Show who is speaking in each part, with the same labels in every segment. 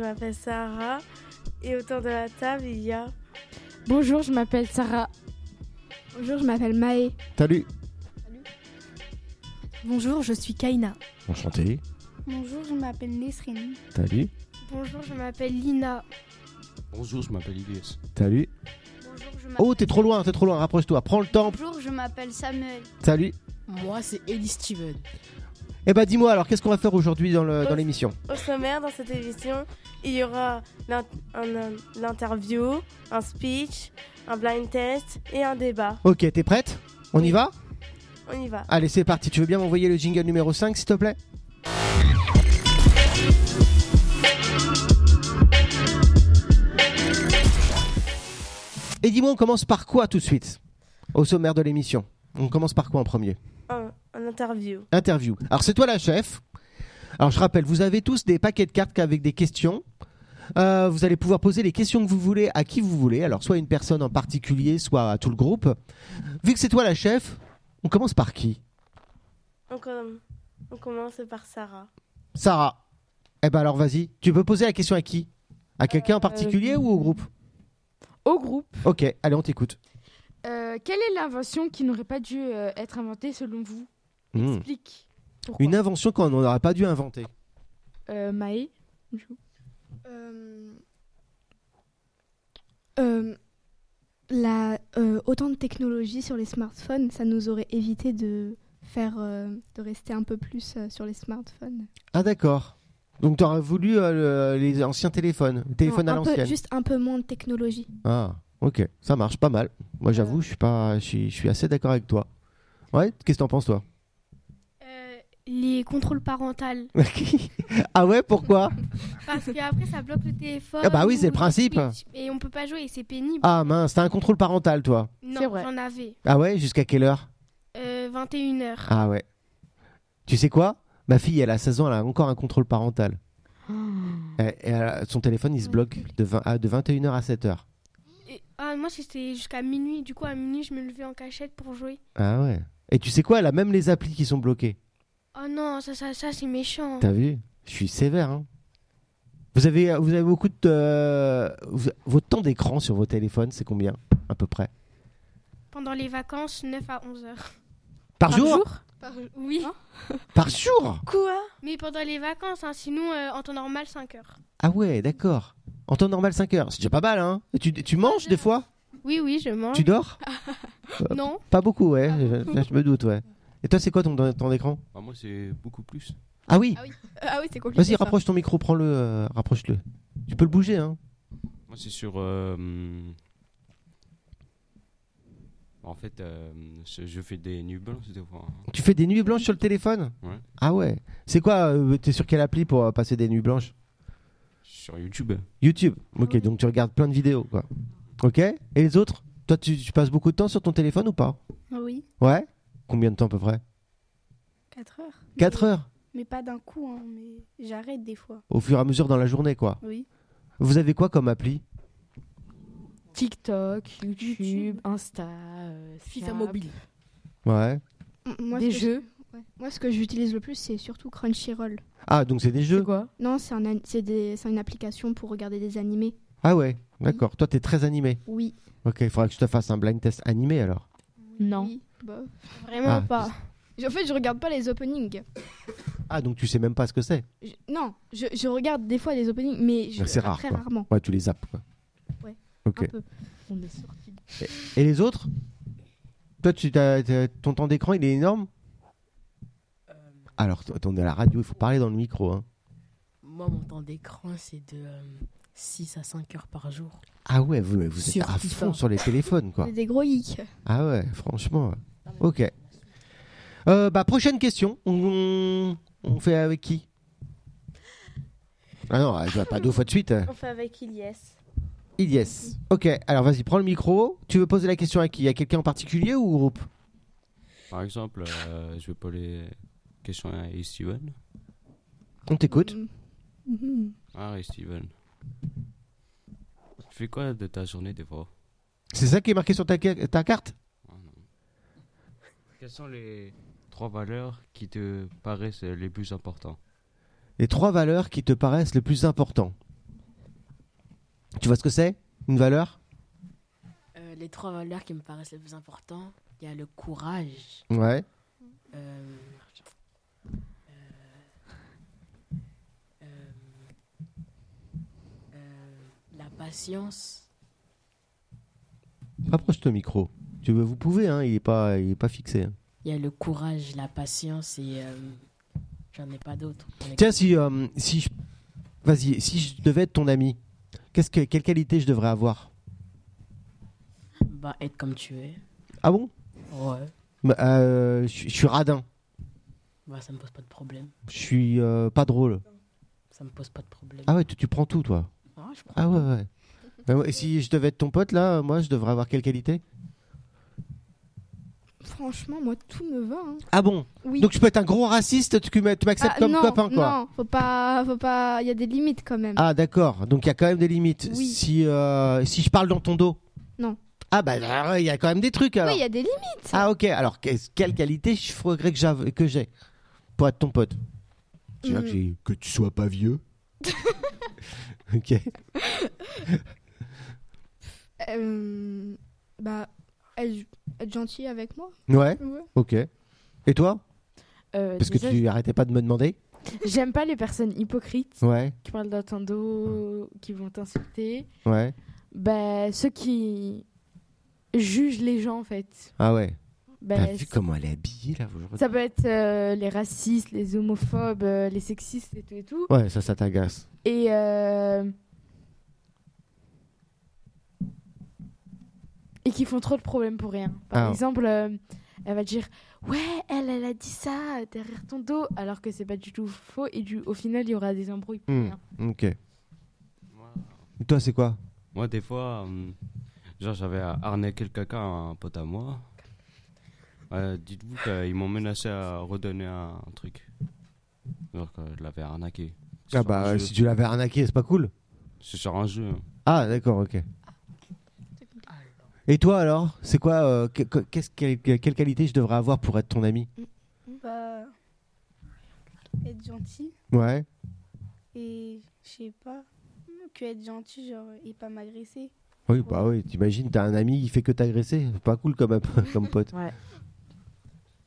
Speaker 1: m'appelle Sarah et autour de la table, il y a.
Speaker 2: Bonjour, je m'appelle Sarah.
Speaker 3: Bonjour, je m'appelle Maë.
Speaker 4: Salut
Speaker 5: Bonjour, je suis Kaina.
Speaker 4: Enchanté.
Speaker 6: Bonjour, je m'appelle Nesrine.
Speaker 4: Salut
Speaker 7: Bonjour, je m'appelle Lina.
Speaker 8: Bonjour, je m'appelle Ilias.
Speaker 4: Salut
Speaker 7: Bonjour, je m'appelle.
Speaker 4: Oh, t'es trop loin, t'es trop loin, rapproche-toi, prends le temps.
Speaker 7: Bonjour, je m'appelle Samuel.
Speaker 4: Salut
Speaker 9: Moi, c'est Ellie Steven.
Speaker 4: Eh bah dis-moi alors, qu'est-ce qu'on va faire aujourd'hui dans le- Euh, dans l'émission
Speaker 1: Au sommaire, dans cette émission, il y aura l'in- un- un- l'interview, un speech, un blind test et un débat.
Speaker 4: Ok, t'es prête On y va
Speaker 1: On y va.
Speaker 4: Allez, c'est parti, tu veux bien m'envoyer le jingle numéro 5 s'il te plaît Et dis-moi, on commence par quoi tout de suite Au sommaire de l'émission. On commence par quoi en premier
Speaker 1: Un, un interview.
Speaker 4: interview. Alors c'est toi la chef. Alors je rappelle, vous avez tous des paquets de cartes avec des questions. Euh, vous allez pouvoir poser les questions que vous voulez à qui vous voulez. Alors soit à une personne en particulier, soit à tout le groupe. Vu que c'est toi la chef, on commence par qui
Speaker 1: On, com- on commence par Sarah.
Speaker 4: Sarah. Eh ben alors vas-y, tu peux poser la question à qui À quelqu'un
Speaker 3: Euh,
Speaker 4: en particulier ou au groupe
Speaker 2: Au groupe,
Speaker 4: Ok, allez on t'écoute.
Speaker 2: euh, quelle est l'invention qui n'aurait pas dû euh, être inventée selon vous
Speaker 4: Hmm.
Speaker 2: Explique. Pourquoi
Speaker 4: Une invention qu'on n'aurait pas dû inventer.
Speaker 2: Euh, Maë
Speaker 3: Euh, euh, la, euh, autant de technologies sur les smartphones, ça nous aurait évité de faire, euh, de rester un peu plus euh, sur les smartphones.
Speaker 4: Ah d'accord. Donc t'aurais voulu euh, le- les anciens téléphones, téléphone
Speaker 3: Non,
Speaker 4: à
Speaker 3: un peu-
Speaker 4: l'ancienne.
Speaker 3: Juste un peu moins de technologie.
Speaker 4: Ah, ok, ça marche pas mal. Moi, j'avoue, je suis pas, je suis, je suis assez d'accord avec toi. Ouais, qu'est-ce que t'en penses toi
Speaker 6: les contrôles parentaux.
Speaker 4: Ah ouais, pourquoi
Speaker 6: Parce qu'après, ça bloque le téléphone.
Speaker 4: Ah bah oui, c'est
Speaker 6: ou
Speaker 4: le principe.
Speaker 6: Switch, Et on peut pas jouer et c'est pénible.
Speaker 4: Ah mince, t'as un contrôle parental toi.
Speaker 6: non,
Speaker 2: c'est vrai.
Speaker 6: j'en avais.
Speaker 4: Ah ouais, jusqu'à quelle heure
Speaker 6: Euh, 21h.
Speaker 4: Ah ouais. Tu sais quoi Ma fille, elle a 16 ans, elle a encore un contrôle parental. Elle- elle a- son téléphone, il se bloque de, 20 à- de 21h à 7h.
Speaker 6: Et- Ah, moi, c'était jusqu'à minuit. Du coup, à minuit, je me levais en cachette pour jouer.
Speaker 4: Ah ouais. Et tu sais quoi Elle a même les applis qui sont bloquées.
Speaker 6: Oh non, ça, ça, ça c'est méchant.
Speaker 4: T'as vu Je suis sévère. hein. Vous avez, vous avez beaucoup de. euh, vous- votre temps d'écran sur vos téléphones, c'est combien À peu près
Speaker 6: Pendant les vacances, 9 à 11h.
Speaker 4: Par, jour,
Speaker 6: Oui,
Speaker 4: Par jour
Speaker 1: Quoi
Speaker 6: mais pendant les vacances, hein, sinon euh, en temps normal, 5h.
Speaker 4: Ah ouais, d'accord. En temps normal, 5 heures. C'est déjà pas mal, hein Et tu, tu manges des fois
Speaker 6: Oui, oui, je mange.
Speaker 4: Tu dors dors
Speaker 6: Non,
Speaker 4: Pas beaucoup, ouais. Je, là, je me doute, ouais. Et toi, c'est quoi ton temps d'écran
Speaker 8: Ah, moi, c'est beaucoup plus.
Speaker 4: Ah oui
Speaker 5: Ah oui, c'est compliqué.
Speaker 4: Vas-y, rapproche ton micro, prends-le, euh, rapproche-le. Tu peux le bouger, hein
Speaker 8: Moi, c'est sur. euh, hum, en fait, euh, je je fais des nuits blanches des fois. hein.
Speaker 4: Tu fais des nuits blanches sur le téléphone
Speaker 8: Ouais.
Speaker 4: Ah ouais. C'est quoi euh, T'es sur quelle appli pour euh, passer des nuits blanches
Speaker 8: Sur YouTube.
Speaker 4: YouTube. Ok, donc tu regardes plein de vidéos, quoi. Ok Et les autres Toi, tu, tu passes beaucoup de temps sur ton téléphone ou pas
Speaker 3: Ah
Speaker 6: Oui.
Speaker 4: Ouais Combien de temps à peu près
Speaker 6: 4 heures.
Speaker 4: 4 heures Oh.
Speaker 6: Mais pas d'un coup, hein, mais j'arrête des fois.
Speaker 4: Au fur et à mesure dans la journée, quoi.
Speaker 6: Oui.
Speaker 4: Vous avez quoi comme appli
Speaker 2: TikTok, YouTube, Insta, euh,
Speaker 9: FIFA
Speaker 2: Snap,
Speaker 9: mobile.
Speaker 4: Ouais.
Speaker 3: M- Moi,
Speaker 2: des
Speaker 3: ce que
Speaker 2: jeux.
Speaker 3: je- ouais. Moi, ce que j'utilise le plus, c'est surtout Crunchyroll.
Speaker 4: Ah, donc c'est des jeux
Speaker 2: C'est quoi
Speaker 3: Non, c'est un an- c'est des- c'est une application pour regarder des animés.
Speaker 4: Ah ouais, d'accord. Toi, t'es très animé.
Speaker 3: Oui.
Speaker 4: Ok, il faudra que je te fasse un blind test animé alors.
Speaker 2: Non.
Speaker 3: Oui. Bah,
Speaker 6: Vraiment
Speaker 4: Ah,
Speaker 6: pas.
Speaker 3: En fait, je regarde pas les openings.
Speaker 4: Ah, donc tu sais même pas ce que c'est Bah,
Speaker 3: Je- non, je, je regarde des fois les openings, mais je,
Speaker 4: C'est rare,
Speaker 3: très
Speaker 4: quoi.
Speaker 3: rarement.
Speaker 4: Ouais, tu les zappes, quoi.
Speaker 3: Ouais.
Speaker 4: Ok.
Speaker 3: Un peu.
Speaker 2: On est sorti.
Speaker 4: Et les autres Toi, tu, t'as- t'as- ton temps d'écran, il est énorme Alors, t- on est à la radio, il faut parler dans le micro. Hein.
Speaker 9: Moi, mon temps d'écran, c'est de 6 à 5 heures par jour.
Speaker 4: Ah ouais, vous, mais vous êtes
Speaker 9: Sur
Speaker 4: à
Speaker 9: FIFA.
Speaker 4: fond sur les téléphones, quoi.
Speaker 3: C'est des gros geeks.
Speaker 4: Ah ouais, franchement. ouais. Ok. Euh, bah, prochaine question. On, on fait avec qui Ah non, je vais pas deux fois de suite.
Speaker 1: On fait avec Ilyes.
Speaker 4: Ilyes. Ok, alors vas-y, prends le micro. Tu veux poser la question à qui À quelqu'un en particulier ou au groupe
Speaker 8: Par exemple, euh, je vais pas les questions à Ray Steven.
Speaker 4: On t'écoute.
Speaker 3: Mm. Mhm.
Speaker 8: Ah, Ray Steven. Tu fais quoi de ta journée des fois
Speaker 4: C'est ça qui est marqué sur ta, ca- ta carte
Speaker 8: Ah, non. Quelles sont les trois valeurs qui te paraissent les plus importantes
Speaker 4: Les trois valeurs qui te paraissent les plus importantes. Tu vois ce que c'est Une valeur
Speaker 9: Euh, les trois valeurs qui me paraissent les plus importantes, il y a le courage.
Speaker 4: Ouais.
Speaker 2: Mm.
Speaker 9: euh, euh, euh, euh, la patience.
Speaker 4: Rapproche ton micro. Tu veux, vous pouvez, hein, il est pas, il est pas fixé. hein.
Speaker 9: Il y a le courage, la patience et euh, j'en ai pas d'autres. On est-
Speaker 4: Tiens, si, euh, si, je... vas-y, si je devais être ton ami, qu'est-ce que, quelle qualité je devrais avoir
Speaker 9: Bah, être comme tu es.
Speaker 4: Ah bon
Speaker 9: Ouais.
Speaker 4: Bah, euh, Je je suis radin.
Speaker 9: Bah, ça me pose pas de problème.
Speaker 4: Je suis euh, pas drôle.
Speaker 9: Ça me pose pas de problème.
Speaker 4: Ah ouais, tu, tu prends tout, toi.
Speaker 9: Ah, je prends-
Speaker 4: Ah ouais, ouais. Bah, moi, et si je devais être ton pote là, moi, je devrais avoir quelle qualité
Speaker 3: Franchement, moi, tout me va. hein.
Speaker 4: Ah bon
Speaker 3: Oui.
Speaker 4: Donc je peux être un gros raciste, tu, m'ac- tu m'acceptes
Speaker 3: Ah,
Speaker 4: comme
Speaker 3: non,
Speaker 4: copain, quoi.
Speaker 3: Non, faut pas, faut pas. Il y a des limites quand même.
Speaker 4: Ah d'accord, donc il y a quand même des limites.
Speaker 3: Oui.
Speaker 4: Si, euh, si je parle dans ton dos
Speaker 3: Non.
Speaker 4: Ah bah alors, il y a quand même des trucs alors.
Speaker 3: oui, il y a des limites.
Speaker 4: ah ok, alors qu'est-ce- quelle qualité je ferais que j'av- que j'ai pour être ton pote
Speaker 3: Déjà que Mm.
Speaker 4: que tu sois pas vieux. ok.
Speaker 3: Euh, bah, être, être gentil avec moi.
Speaker 4: Ouais,
Speaker 3: Ouais.
Speaker 4: ok. Et toi
Speaker 2: Euh,
Speaker 4: Parce que
Speaker 2: déjà,
Speaker 4: tu arrêtais pas de me demander.
Speaker 2: J'aime pas les personnes hypocrites
Speaker 4: Ouais,
Speaker 2: qui parlent dans ton dos, qui vont t'insulter.
Speaker 4: ouais.
Speaker 2: Bah, ceux qui jugent les gens, en fait.
Speaker 4: Ah ouais.
Speaker 2: Bah,
Speaker 4: T'as vu comment elle est habillée là aujourd'hui
Speaker 2: ça peut être euh, les racistes, les homophobes, euh, les sexistes et tout et tout.
Speaker 4: Ouais, ça, ça t'agace.
Speaker 2: Et euh, et qui font trop de problèmes pour rien. Par
Speaker 4: Ah.
Speaker 2: exemple, euh, elle va te dire ouais, elle, elle a dit ça derrière ton dos, alors que c'est pas du tout faux et du, au final il y aura des embrouilles pour
Speaker 4: Hmm,
Speaker 2: rien.
Speaker 4: Ok. Toi, c'est quoi
Speaker 8: Moi, des fois, hum, genre, j'avais arnaqué le caca à un pote à moi. Euh, Dites-vous qu'ils m'ont menacé à redonner un, un truc. Genre que je l'avais arnaqué. C'est sur
Speaker 4: Ah
Speaker 8: un
Speaker 4: bah,
Speaker 8: jeu.
Speaker 4: si tu l'avais arnaqué, c'est pas cool.
Speaker 8: C'est sur un jeu. hein.
Speaker 4: Ah, d'accord, ok. Et toi alors C'est quoi euh, que- que- qu'est-ce- quelle, quelle qualité je devrais avoir pour être ton ami
Speaker 7: Mm,
Speaker 1: Bah, être gentil
Speaker 4: Ouais.
Speaker 1: et je sais pas,
Speaker 7: mm,
Speaker 1: que être gentil genre et pas m'agresser.
Speaker 4: Oui, bah oui, t'imagines, t'as un ami, il fait que t'agresser. C'est pas cool comme, comme pote.
Speaker 2: Ouais.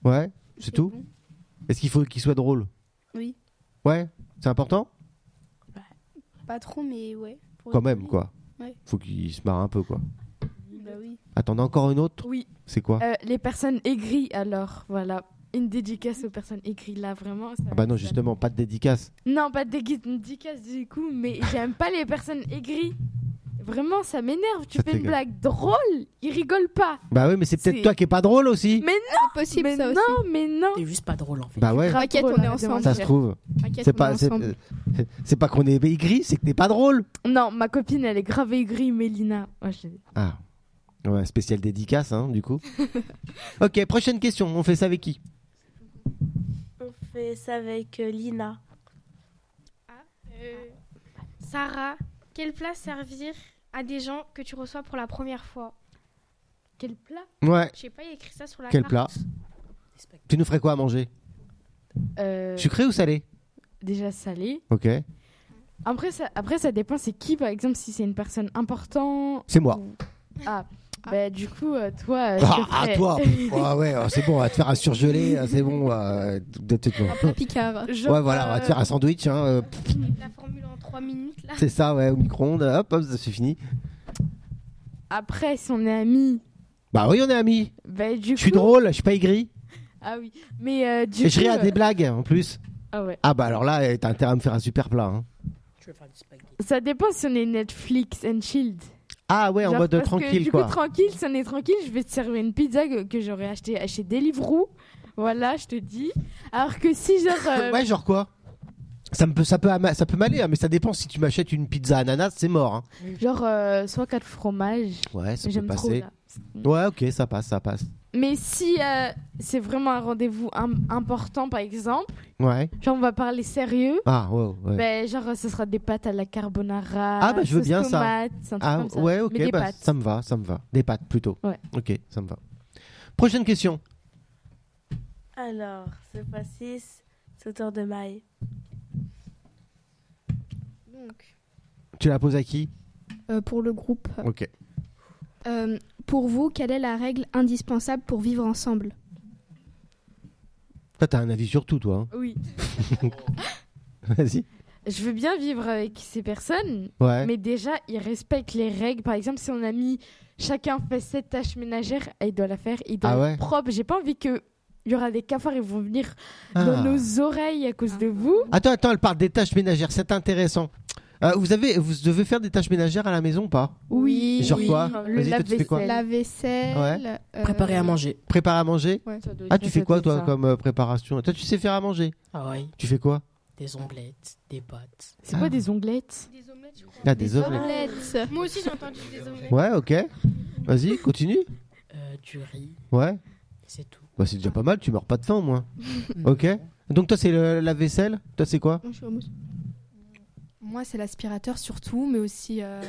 Speaker 4: Ouais, c'est tout Est-ce qu'il faut qu'il soit drôle
Speaker 1: Oui.
Speaker 4: Ouais C'est important
Speaker 1: Pas trop mais ouais.
Speaker 4: Quand même, quoi.
Speaker 1: Ouais.
Speaker 4: Faut qu'il se marre un peu, quoi.
Speaker 1: Bah oui.
Speaker 4: Attends, on a encore une autre
Speaker 2: Oui,
Speaker 4: C'est quoi
Speaker 2: Euh, les personnes aigries alors, voilà. Une dédicace aux personnes aigries là vraiment. ça-
Speaker 4: Ah bah non,
Speaker 2: ça-
Speaker 4: justement, pas de dédicace.
Speaker 2: Non, pas de dégui- dédicace du coup, mais j'aime pas les personnes aigries. Vraiment, ça m'énerve. Tu
Speaker 4: Ça
Speaker 2: fais une
Speaker 4: t'égare.
Speaker 2: blague drôle, ils rigolent pas.
Speaker 4: Bah oui, mais c'est peut-être
Speaker 2: C'est-
Speaker 4: toi qui est pas drôle aussi.
Speaker 2: Mais
Speaker 3: Ah, C'est possible
Speaker 2: mais
Speaker 3: ça
Speaker 2: non,
Speaker 3: aussi.
Speaker 2: mais non.
Speaker 9: T'es juste pas drôle en fait.
Speaker 4: Bah ouais,
Speaker 2: Grave
Speaker 3: T'inquiète,
Speaker 2: drôle,
Speaker 3: on est
Speaker 2: hein,
Speaker 3: ensemble.
Speaker 2: demande
Speaker 4: ça
Speaker 2: à
Speaker 4: se
Speaker 2: faire.
Speaker 4: trouve.
Speaker 3: T'inquiète,
Speaker 4: C'est
Speaker 3: on
Speaker 4: pas,
Speaker 3: est
Speaker 4: c'est-
Speaker 3: ensemble.
Speaker 4: euh, c'est pas qu'on est aigri, c'est que t'es pas drôle.
Speaker 2: Non, ma copine, elle est grave aigrie, Mélina. Ouais, je-
Speaker 4: Ah, ouais, spécial dédicace, hein, du coup. ok, prochaine question. On fait ça avec qui
Speaker 1: On fait ça avec euh, Lina.
Speaker 6: Euh, Sarah, quel plat servir à des gens que tu reçois pour la première fois
Speaker 2: Quel plat
Speaker 4: Ouais.
Speaker 6: Je sais pas, il y a écrit ça sur la
Speaker 4: Quel
Speaker 6: carte.
Speaker 4: plat Tu nous ferais quoi à manger
Speaker 2: Euh,
Speaker 4: Sucré ou salé
Speaker 2: Déjà salé.
Speaker 4: Ok.
Speaker 2: Après ça, après, ça dépend c'est qui, par exemple, si c'est une personne importante.
Speaker 4: C'est moi.
Speaker 2: Ah, bah du coup, euh, toi. euh, je
Speaker 4: Ah,
Speaker 2: te
Speaker 4: ah,
Speaker 2: ferais-
Speaker 4: toi pff, Ah ouais, ah, c'est bon, on va te faire un surgelé, ah, c'est bon. euh, de- de- de-
Speaker 3: Un Picard.
Speaker 2: Genre,
Speaker 4: Ouais, voilà, on va te faire un sandwich, hein, euh, pff,
Speaker 6: La formule en 3 minutes là.
Speaker 4: c'est ça, ouais, au micro-ondes, hop, hop, c'est fini.
Speaker 2: euh, Après, si on est amis.
Speaker 4: Bah oui, on est amis.
Speaker 2: Bah, du
Speaker 4: Je suis
Speaker 2: coup-
Speaker 4: drôle, je suis pas aigri.
Speaker 2: Ah oui, mais euh, du
Speaker 4: Et je
Speaker 2: coup,
Speaker 4: ris à
Speaker 2: euh,
Speaker 4: des blagues en plus.
Speaker 2: ah ouais.
Speaker 4: Ah bah alors là, eh, t'as intérêt à me faire un super plat. hein.
Speaker 9: Tu veux faire du spaghetti.
Speaker 2: Ça dépend si on est Netflix and chill.
Speaker 4: Ah ouais, en
Speaker 2: Genre,
Speaker 4: mode
Speaker 2: parce que,
Speaker 4: tranquille
Speaker 2: du
Speaker 4: quoi.
Speaker 2: Coup, tranquille, si on est tranquille, je vais te servir une pizza que, que j'aurais acheté chez Deliveroo. Voilà, je te dis. Alors que si genre euh,
Speaker 4: Ouais, genre quoi ça, me peut, ça, peut ama- ça peut m'aller, hein, mais ça dépend. Si tu m'achètes une pizza ananas, c'est mort. hein.
Speaker 2: genre euh, soit quatre fromages,
Speaker 4: Ouais, ça peut
Speaker 2: j'aime trop
Speaker 4: passer.
Speaker 2: là.
Speaker 4: Ouais, ok, ça passe, ça passe.
Speaker 2: Mais si euh, c'est vraiment un rendez-vous im- important par exemple,
Speaker 4: Ouais.
Speaker 2: genre on va parler sérieux,
Speaker 4: Ah, ouais, ouais.
Speaker 2: ben genre ce sera des pâtes à la carbonara,
Speaker 4: Ah, bah, je veux
Speaker 2: sauce
Speaker 4: bien ça.
Speaker 2: tomate, c'est un truc
Speaker 4: ah,
Speaker 2: comme ça.
Speaker 4: ouais,
Speaker 2: Mais
Speaker 4: ok,
Speaker 2: des
Speaker 4: bah,
Speaker 2: pâtes.
Speaker 4: ça me va, ça me va. Des pâtes plutôt.
Speaker 2: Ouais.
Speaker 4: Ok, ça me va. Prochaine question.
Speaker 1: Alors, ce fois-ci, c'est au tour de Maï.
Speaker 3: Donc,
Speaker 4: Tu la poses à qui
Speaker 3: euh, pour le groupe.
Speaker 2: Ah.
Speaker 4: Ok.
Speaker 3: Euh, pour vous, quelle est la règle indispensable pour vivre ensemble
Speaker 4: Toi, t'as un avis sur tout, toi.
Speaker 2: Oui.
Speaker 4: hein. Vas-y.
Speaker 2: Je veux bien vivre avec ces personnes,
Speaker 4: Ouais.
Speaker 2: mais déjà, ils respectent les règles. Par exemple, si on a mis chacun fait cette tâche ménagère, et il doit la faire, il doit
Speaker 4: Ah
Speaker 2: être
Speaker 4: ouais
Speaker 2: propre. J'ai pas envie que il y aura des cafards, ils vont venir
Speaker 4: Ah.
Speaker 2: dans nos oreilles à cause de
Speaker 1: Ah.
Speaker 2: vous.
Speaker 4: Attends, attends, elle parle des tâches ménagères, c'est intéressant. Euh, vous, avez, vous devez faire des tâches ménagères à la maison ou pas
Speaker 2: Oui.
Speaker 4: Genre quoi
Speaker 2: Le
Speaker 4: Vas-y, toi, tu fais quoi
Speaker 2: lave-vaisselle.
Speaker 3: La vaisselle. euh,
Speaker 9: Préparer à manger.
Speaker 4: Préparer à manger
Speaker 2: Ça doit
Speaker 4: Ah,
Speaker 2: être
Speaker 4: tu fais quoi,
Speaker 2: ça doit
Speaker 4: toi,
Speaker 2: être ça.
Speaker 4: comme euh, préparation Toi, tu sais faire à manger.
Speaker 9: Ah ouais.
Speaker 4: Tu fais quoi
Speaker 9: Des omelettes, des pâtes.
Speaker 2: C'est quoi
Speaker 4: Ah.
Speaker 2: des onglettes
Speaker 6: Des omelettes, je crois.
Speaker 4: Ah, des omelettes.
Speaker 3: Omelette.
Speaker 6: Moi aussi, j'ai entendu des omelettes.
Speaker 4: Ouais, ok. Vas-y, continue.
Speaker 9: euh, du riz,
Speaker 4: Ouais.
Speaker 9: c'est tout.
Speaker 4: Bah, c'est déjà pas mal, tu meurs pas de faim, au moins.
Speaker 9: Non.
Speaker 4: Ok. Donc, toi, c'est le- la vaisselle Toi, c'est quoi
Speaker 3: Moi, je suis homo-
Speaker 5: Moi, c'est l'aspirateur surtout, mais aussi euh,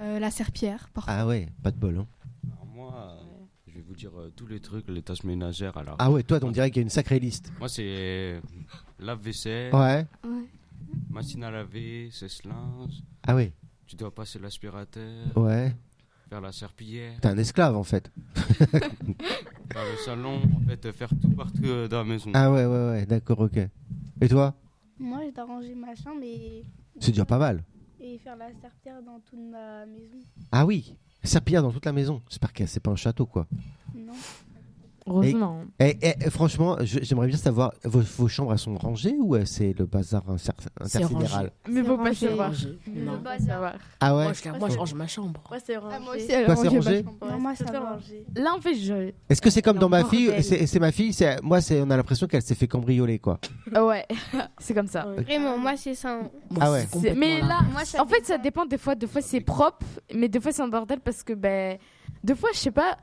Speaker 5: euh, la serpillère. parfois.
Speaker 4: Ah, ouais, pas de bol. hein.
Speaker 8: Alors moi, euh, je vais vous dire euh, tous les trucs, les tâches ménagères. Alors,
Speaker 4: Ah, ouais, toi, on dirait qu'il y a une sacrée liste.
Speaker 8: moi, c'est lave-vaisselle,
Speaker 4: Ouais.
Speaker 3: ouais.
Speaker 8: machine à laver, sèche-linge.
Speaker 4: Ah, ouais.
Speaker 8: Tu dois passer l'aspirateur,
Speaker 4: Ouais.
Speaker 8: faire la serpillière,
Speaker 4: T'es un esclave, en fait.
Speaker 8: faire le salon, en fait, euh, faire tout partout euh, dans la maison.
Speaker 4: Ah, ouais, ouais, ouais, d'accord, ok. Et toi
Speaker 7: Moi, je dois ranger ma chambre et.
Speaker 4: C'est déjà pas mal.
Speaker 7: Et faire la serpillère dans toute ma maison.
Speaker 4: Ah, oui. Serpillard dans toute la maison. J'espère que c'est pas un château, quoi.
Speaker 7: Non.
Speaker 2: Heureusement.
Speaker 4: Et, franchement, je- j'aimerais bien savoir, vos, vos chambres, elles sont rangées ou euh, c'est le bazar inter-
Speaker 9: C'est
Speaker 4: intersidéral
Speaker 9: rangé.
Speaker 2: Mais
Speaker 1: C'est
Speaker 2: faut pas
Speaker 1: rangé.
Speaker 2: savoir.
Speaker 9: Manger. Non.
Speaker 1: Le
Speaker 9: Moi,
Speaker 1: bazar.
Speaker 4: Ah ouais
Speaker 9: je, la- moi, je range ma chambre.
Speaker 1: Ouais, c'est rangé.
Speaker 5: Ah, moi aussi,
Speaker 4: Toi,
Speaker 5: alors,
Speaker 4: c'est rangé
Speaker 7: Non, moi, ça va.
Speaker 2: Là, en fait, Euh, je...
Speaker 4: Est-ce que c'est comme dans ma
Speaker 2: Bordel.
Speaker 4: fille C'est c'est ma fille, c'est- moi, c'est- on a l'impression qu'elle s'est fait cambrioler, quoi.
Speaker 2: Ah ouais, c'est comme ça.
Speaker 6: Vraiment, moi, c'est ça. hein.
Speaker 9: Moi,
Speaker 4: Ah ouais.
Speaker 9: c'est
Speaker 2: C'est-
Speaker 9: complètement
Speaker 2: Mais là,
Speaker 7: Moi, ça
Speaker 2: en fait, ça dépend des fois. Des fois, c'est propre, mais des fois, c'est un bordel parce que, ben, des fois, je sais pas,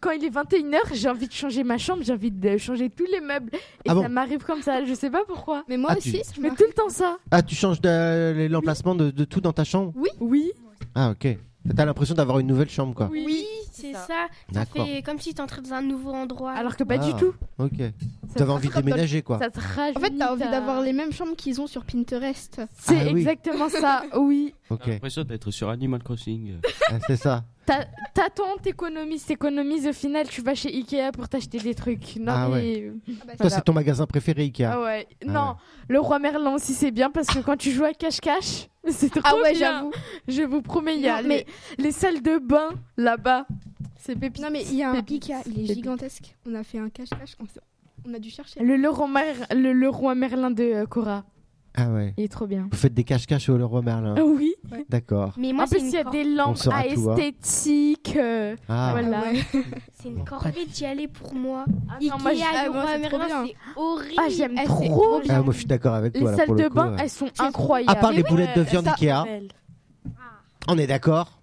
Speaker 2: quand il est 21h, j'ai envie de changer ma chambre, j'ai envie de changer tous les meubles. Et
Speaker 4: Ah bon
Speaker 2: ça m'arrive comme ça, je sais pas pourquoi.
Speaker 3: Mais moi
Speaker 4: Ah, tu-
Speaker 3: aussi, ça
Speaker 2: Mais
Speaker 3: marche.
Speaker 2: tout le temps ça.
Speaker 4: Ah, tu changes de- l'emplacement de, de tout dans ta chambre
Speaker 2: Oui.
Speaker 4: Ah, ok. T'as l'impression d'avoir une nouvelle chambre, quoi.
Speaker 6: Oui, c'est ça. Ça
Speaker 4: D'accord.
Speaker 6: fait comme si tu entrais dans un nouveau endroit.
Speaker 2: Alors que pas
Speaker 4: Ah.
Speaker 2: du tout.
Speaker 4: Ok.
Speaker 2: Ça
Speaker 4: T'avais
Speaker 2: te-
Speaker 4: envie de
Speaker 3: comme dans le-
Speaker 4: déménager, quoi.
Speaker 2: Ça te
Speaker 3: En fait,
Speaker 2: rajeunit,
Speaker 3: t'as envie d'avoir les mêmes chambres qu'ils ont sur Pinterest.
Speaker 2: C'est
Speaker 4: Ah oui.
Speaker 2: exactement ça, oui.
Speaker 4: Ok.
Speaker 8: J'ai l'impression d'être sur Animal Crossing.
Speaker 4: Ah, c'est ça.
Speaker 2: T'a- T'attends, t'économises, t'économises, au final, tu vas chez Ikea pour t'acheter des trucs. Non,
Speaker 4: Ah
Speaker 2: mais-
Speaker 4: Toi,
Speaker 2: Voilà.
Speaker 4: c'est ton magasin préféré, Ikea.
Speaker 2: Ah ouais.
Speaker 4: Ah
Speaker 2: non,
Speaker 4: ouais.
Speaker 2: le roi Merlin aussi c'est bien parce que quand tu joues à cache-cache, c'est trop
Speaker 3: Ah ouais,
Speaker 2: bien.
Speaker 3: j'avoue.
Speaker 2: Je vous promets, il y a
Speaker 3: Non,
Speaker 2: les, les salles de bain là-bas. C'est pépite.
Speaker 3: Non mais il y a un
Speaker 2: Pépite.
Speaker 5: hein,
Speaker 3: Ikea, il
Speaker 2: Pépite.
Speaker 3: est gigantesque. On a fait un cache-cache, on s- on a dû chercher.
Speaker 2: Le, le, roi Mer- le, le roi Merlin de euh, Cora,
Speaker 4: Ah ouais.
Speaker 2: il est trop bien.
Speaker 4: Vous faites des cache-cache au Leroy Merlin.
Speaker 2: Ah oui.
Speaker 4: D'accord.
Speaker 6: Mais moi,
Speaker 2: en
Speaker 6: c'est
Speaker 2: plus, il y a
Speaker 6: une, cor-
Speaker 2: des
Speaker 4: On
Speaker 2: lampes
Speaker 4: saura
Speaker 2: à
Speaker 4: tout, hein.
Speaker 2: esthétique. euh,
Speaker 4: Ah,
Speaker 2: voilà.
Speaker 3: Ah ouais.
Speaker 6: c'est une corvée d'y aller pour moi.
Speaker 2: non, moi, je-
Speaker 6: Ikea,
Speaker 3: ah,
Speaker 6: le
Speaker 3: moi,
Speaker 6: roi
Speaker 3: c'est trop
Speaker 6: Merlin,
Speaker 3: bien.
Speaker 6: c'est horrible.
Speaker 2: Ah, j'aime
Speaker 6: Eh, c'est
Speaker 2: trop.
Speaker 4: Ah, moi, je suis d'accord avec
Speaker 2: Les
Speaker 4: toi, là,
Speaker 2: salles
Speaker 4: pour le
Speaker 2: de
Speaker 4: coup,
Speaker 2: bain,
Speaker 4: ouais.
Speaker 2: elles sont
Speaker 3: bon.
Speaker 4: À
Speaker 2: incroyables.
Speaker 4: part les
Speaker 3: oui,
Speaker 4: boulettes de
Speaker 3: euh,
Speaker 4: viande
Speaker 3: ça-
Speaker 4: Ikea, Ah. on est d'accord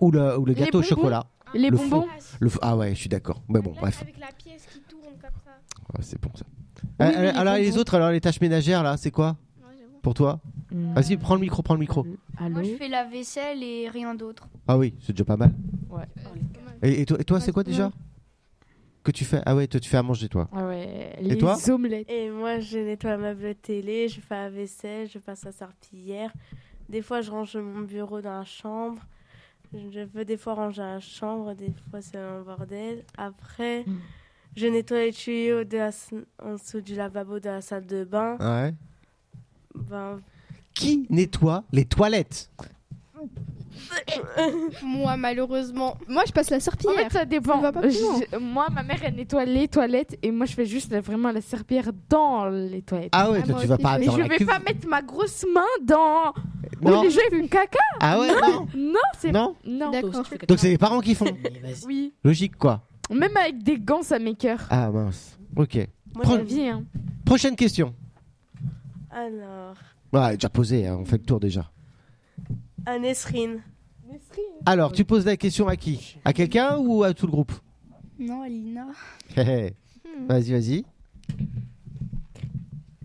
Speaker 4: ou le, ou le
Speaker 2: Les
Speaker 4: gâteau au
Speaker 2: bonbons.
Speaker 4: chocolat.
Speaker 2: les
Speaker 4: le
Speaker 2: bonbons.
Speaker 4: Le f- Ah ouais, je suis d'accord. Mais bon,
Speaker 6: Là,
Speaker 4: bref,
Speaker 6: Avec la pièce qui tourne comme ça.
Speaker 4: Ouais, c'est bon ça. Euh, euh, alors les autres, alors les tâches ménagères là, c'est quoi pour toi
Speaker 10: Euh,
Speaker 2: Mm.
Speaker 4: Vas-y, prends le micro, prends le micro.
Speaker 2: Allô
Speaker 7: Moi, je fais la vaisselle et rien d'autre.
Speaker 4: Ah oui, c'est déjà pas mal.
Speaker 2: Ouais.
Speaker 4: Et, et toi, et toi, c'est quoi déjà que tu fais Ah ouais, toi tu fais à manger toi.
Speaker 2: Ah ouais,
Speaker 4: Et toi
Speaker 2: les omelettes.
Speaker 1: Et moi, je nettoie ma meuble télé, je fais la vaisselle, je passe la serpillière. Des fois, je range mon bureau dans la chambre. Je peux des fois ranger la chambre, des fois, c'est un bordel. Après,
Speaker 2: Mm.
Speaker 1: je nettoie les tuyaux de la s- en dessous du lavabo de la salle de bain.
Speaker 4: Ouais.
Speaker 1: Ben,
Speaker 4: Qui nettoie les toilettes
Speaker 5: Moi, malheureusement.
Speaker 3: Moi, je passe la
Speaker 2: En
Speaker 3: serpillière.
Speaker 2: fait, ça dépend.
Speaker 3: On va pas plus loin.
Speaker 2: Je- moi, ma mère, elle nettoie les toilettes et moi, je fais juste la- vraiment la serpillère dans les toilettes.
Speaker 4: Ah ouais,
Speaker 3: Ah,
Speaker 4: toi
Speaker 3: moi
Speaker 4: tu vas
Speaker 3: aussi,
Speaker 4: pas
Speaker 3: je-
Speaker 2: Mais
Speaker 4: dans
Speaker 2: je
Speaker 4: la
Speaker 2: vais
Speaker 4: cuve.
Speaker 2: pas mettre ma grosse main dans
Speaker 4: Non.
Speaker 2: où les gens ils font caca.
Speaker 4: Ah ouais, non.
Speaker 2: Non, c'est
Speaker 4: non.
Speaker 2: non.
Speaker 9: Toi
Speaker 3: D'accord.
Speaker 9: aussi, tu fais
Speaker 4: Donc c'est les parents qui font.
Speaker 9: Mais vas-y.
Speaker 2: Oui,
Speaker 4: Logique quoi.
Speaker 2: même avec des gants, ça m'écœure.
Speaker 4: Ah mince. OK.
Speaker 1: moi,
Speaker 4: Prends-
Speaker 2: Ma
Speaker 1: j'aime-
Speaker 2: vie, hein.
Speaker 4: Prochaine question.
Speaker 1: Alors,
Speaker 4: Ah, elle est déjà posée, hein, on fait le tour déjà.
Speaker 1: à Nesrine.
Speaker 4: Alors, tu poses la question à qui À quelqu'un ou à tout le groupe
Speaker 7: Non, Lina.
Speaker 4: Hé, hé. Vas-y, vas-y.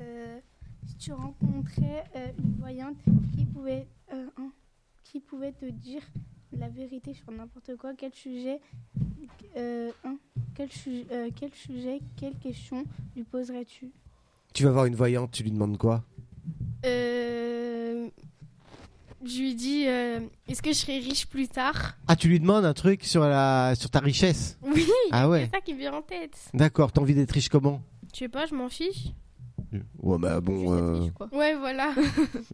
Speaker 7: Euh, si tu rencontrais euh, une voyante qui pouvait, euh, hein, qui pouvait te dire la vérité sur n'importe quoi, quel sujet, euh, hein, quel, su- euh, quel sujet, quelle question lui poserais-tu
Speaker 4: Tu vas voir une voyante, tu lui demandes quoi
Speaker 5: Euh,
Speaker 6: Je lui dis euh, Est-ce que je serai riche plus tard
Speaker 4: Ah, tu lui demandes un truc sur, la... sur ta richesse
Speaker 6: Oui,
Speaker 4: Ah ouais
Speaker 6: c'est ça qui me vient en tête.
Speaker 4: D'accord, t'as envie d'être riche comment
Speaker 6: Je sais pas, je m'en fiche.
Speaker 4: Ouais, bah bon, euh,
Speaker 6: Ouais, voilà.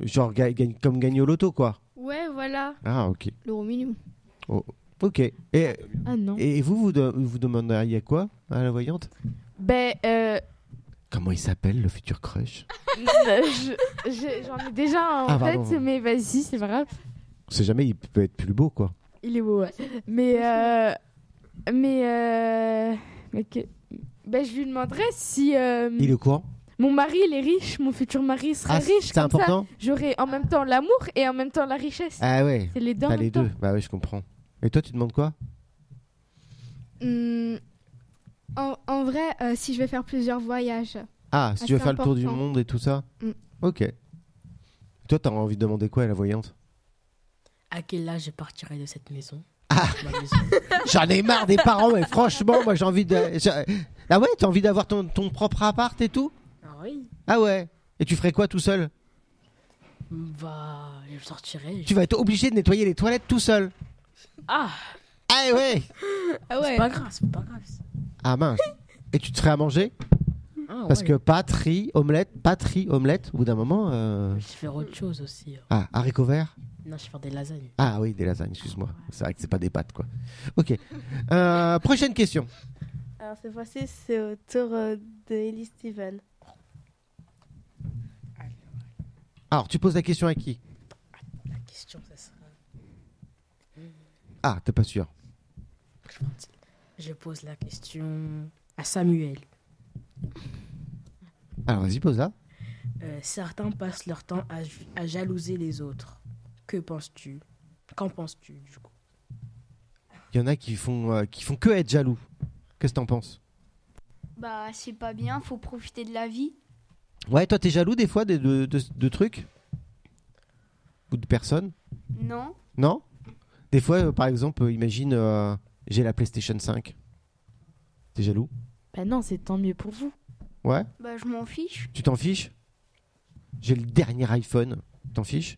Speaker 4: genre ga- gagne- comme gagner au loto, quoi.
Speaker 6: Ouais, voilà.
Speaker 4: Ah, ok. Oh.
Speaker 3: L'euro million.
Speaker 4: Ok. Et,
Speaker 2: Ah non.
Speaker 4: et vous, vous, de- vous demanderiez quoi à la voyante
Speaker 2: Ben, euh,
Speaker 4: Comment il s'appelle, le futur crush
Speaker 2: euh, je- j'ai- j'en ai déjà un en
Speaker 4: Ah,
Speaker 2: tête,
Speaker 4: pardon.
Speaker 2: mais vas-y, c'est pas grave.
Speaker 4: On sait jamais, il peut être plus beau, quoi.
Speaker 2: Il est beau, ouais. Mais, euh, mais, euh, mais que- ben, je lui demanderais si euh,
Speaker 4: Il est au courant
Speaker 2: mon mari, il est riche, mon futur mari serait
Speaker 4: Ah,
Speaker 2: riche.
Speaker 4: c'est
Speaker 2: comme ça,
Speaker 4: important
Speaker 2: J'aurais en même temps l'amour et en même temps la richesse.
Speaker 4: Ah ouais,
Speaker 2: C'est les deux. en
Speaker 4: t'as
Speaker 2: même
Speaker 4: les
Speaker 2: temps.
Speaker 4: deux. Bah ouais, je comprends. Et toi, tu demandes quoi
Speaker 3: Hmm,
Speaker 5: En, en vrai, euh, si je vais faire plusieurs voyages,
Speaker 4: Ah, si
Speaker 5: Ah,
Speaker 4: tu veux
Speaker 5: c'est
Speaker 4: faire le tour du
Speaker 5: important.
Speaker 4: monde et tout ça
Speaker 2: Hmm.
Speaker 5: Mm.
Speaker 4: Ok. Toi, t'as envie de demander quoi à la voyante
Speaker 9: À quel âge je partirai de cette maison
Speaker 4: Ah.
Speaker 9: Ma maison.
Speaker 4: J'en ai marre des parents, mais franchement, moi j'ai envie de. je- Ah ouais, t'as envie d'avoir ton, ton propre appart et tout
Speaker 9: Ah oui
Speaker 4: Ah ouais Et tu ferais quoi tout seul
Speaker 9: Bah, je sortirai.
Speaker 4: Tu vas être obligé de nettoyer les toilettes tout seul
Speaker 9: Ah,
Speaker 4: Ah ouais
Speaker 5: ah
Speaker 9: c'est
Speaker 5: ouais.
Speaker 9: pas grave, c'est pas grave.
Speaker 4: Ah mince Et tu te ferais à manger
Speaker 9: Ah,
Speaker 4: Parce
Speaker 9: ouais.
Speaker 4: que pâte, riz, omelette, pâte, riz, omelette, au bout d'un moment. euh,
Speaker 9: Je vais faire autre chose aussi. hein.
Speaker 4: Ah, haricots verts
Speaker 9: Non, je vais faire des lasagnes.
Speaker 4: Ah oui, des lasagnes, excuse-moi. C'est vrai que c'est pas des pâtes quoi. Ok. Euh, prochaine question.
Speaker 1: Alors cette fois-ci, c'est au tour euh, de Ellie Steven.
Speaker 4: Alors, tu poses la question à qui
Speaker 9: La question, ça sera.
Speaker 4: Ah, t'es pas sûr.
Speaker 9: Je pense- Je pose la question à Samuel.
Speaker 4: Alors, vas-y, pose la
Speaker 9: Euh, certains passent leur temps à, ju- à jalouser les autres. Que penses-tu Qu'en penses-tu du coup
Speaker 4: Il y en a qui font, euh, qui font que être jaloux. Qu'est-ce que t'en penses
Speaker 7: Bah, c'est pas bien, faut profiter de la vie.
Speaker 4: Ouais, toi, t'es jaloux des fois de, de, de- de trucs Ou de personnes
Speaker 7: Non
Speaker 4: Non Des fois, euh, par exemple, euh, imagine, euh, j'ai la PlayStation 5. T'es jaloux
Speaker 2: Bah non, c'est tant mieux pour vous.
Speaker 4: Ouais
Speaker 7: Bah, je m'en fiche.
Speaker 4: Tu t'en fiches J'ai le dernier iPhone. T'en fiches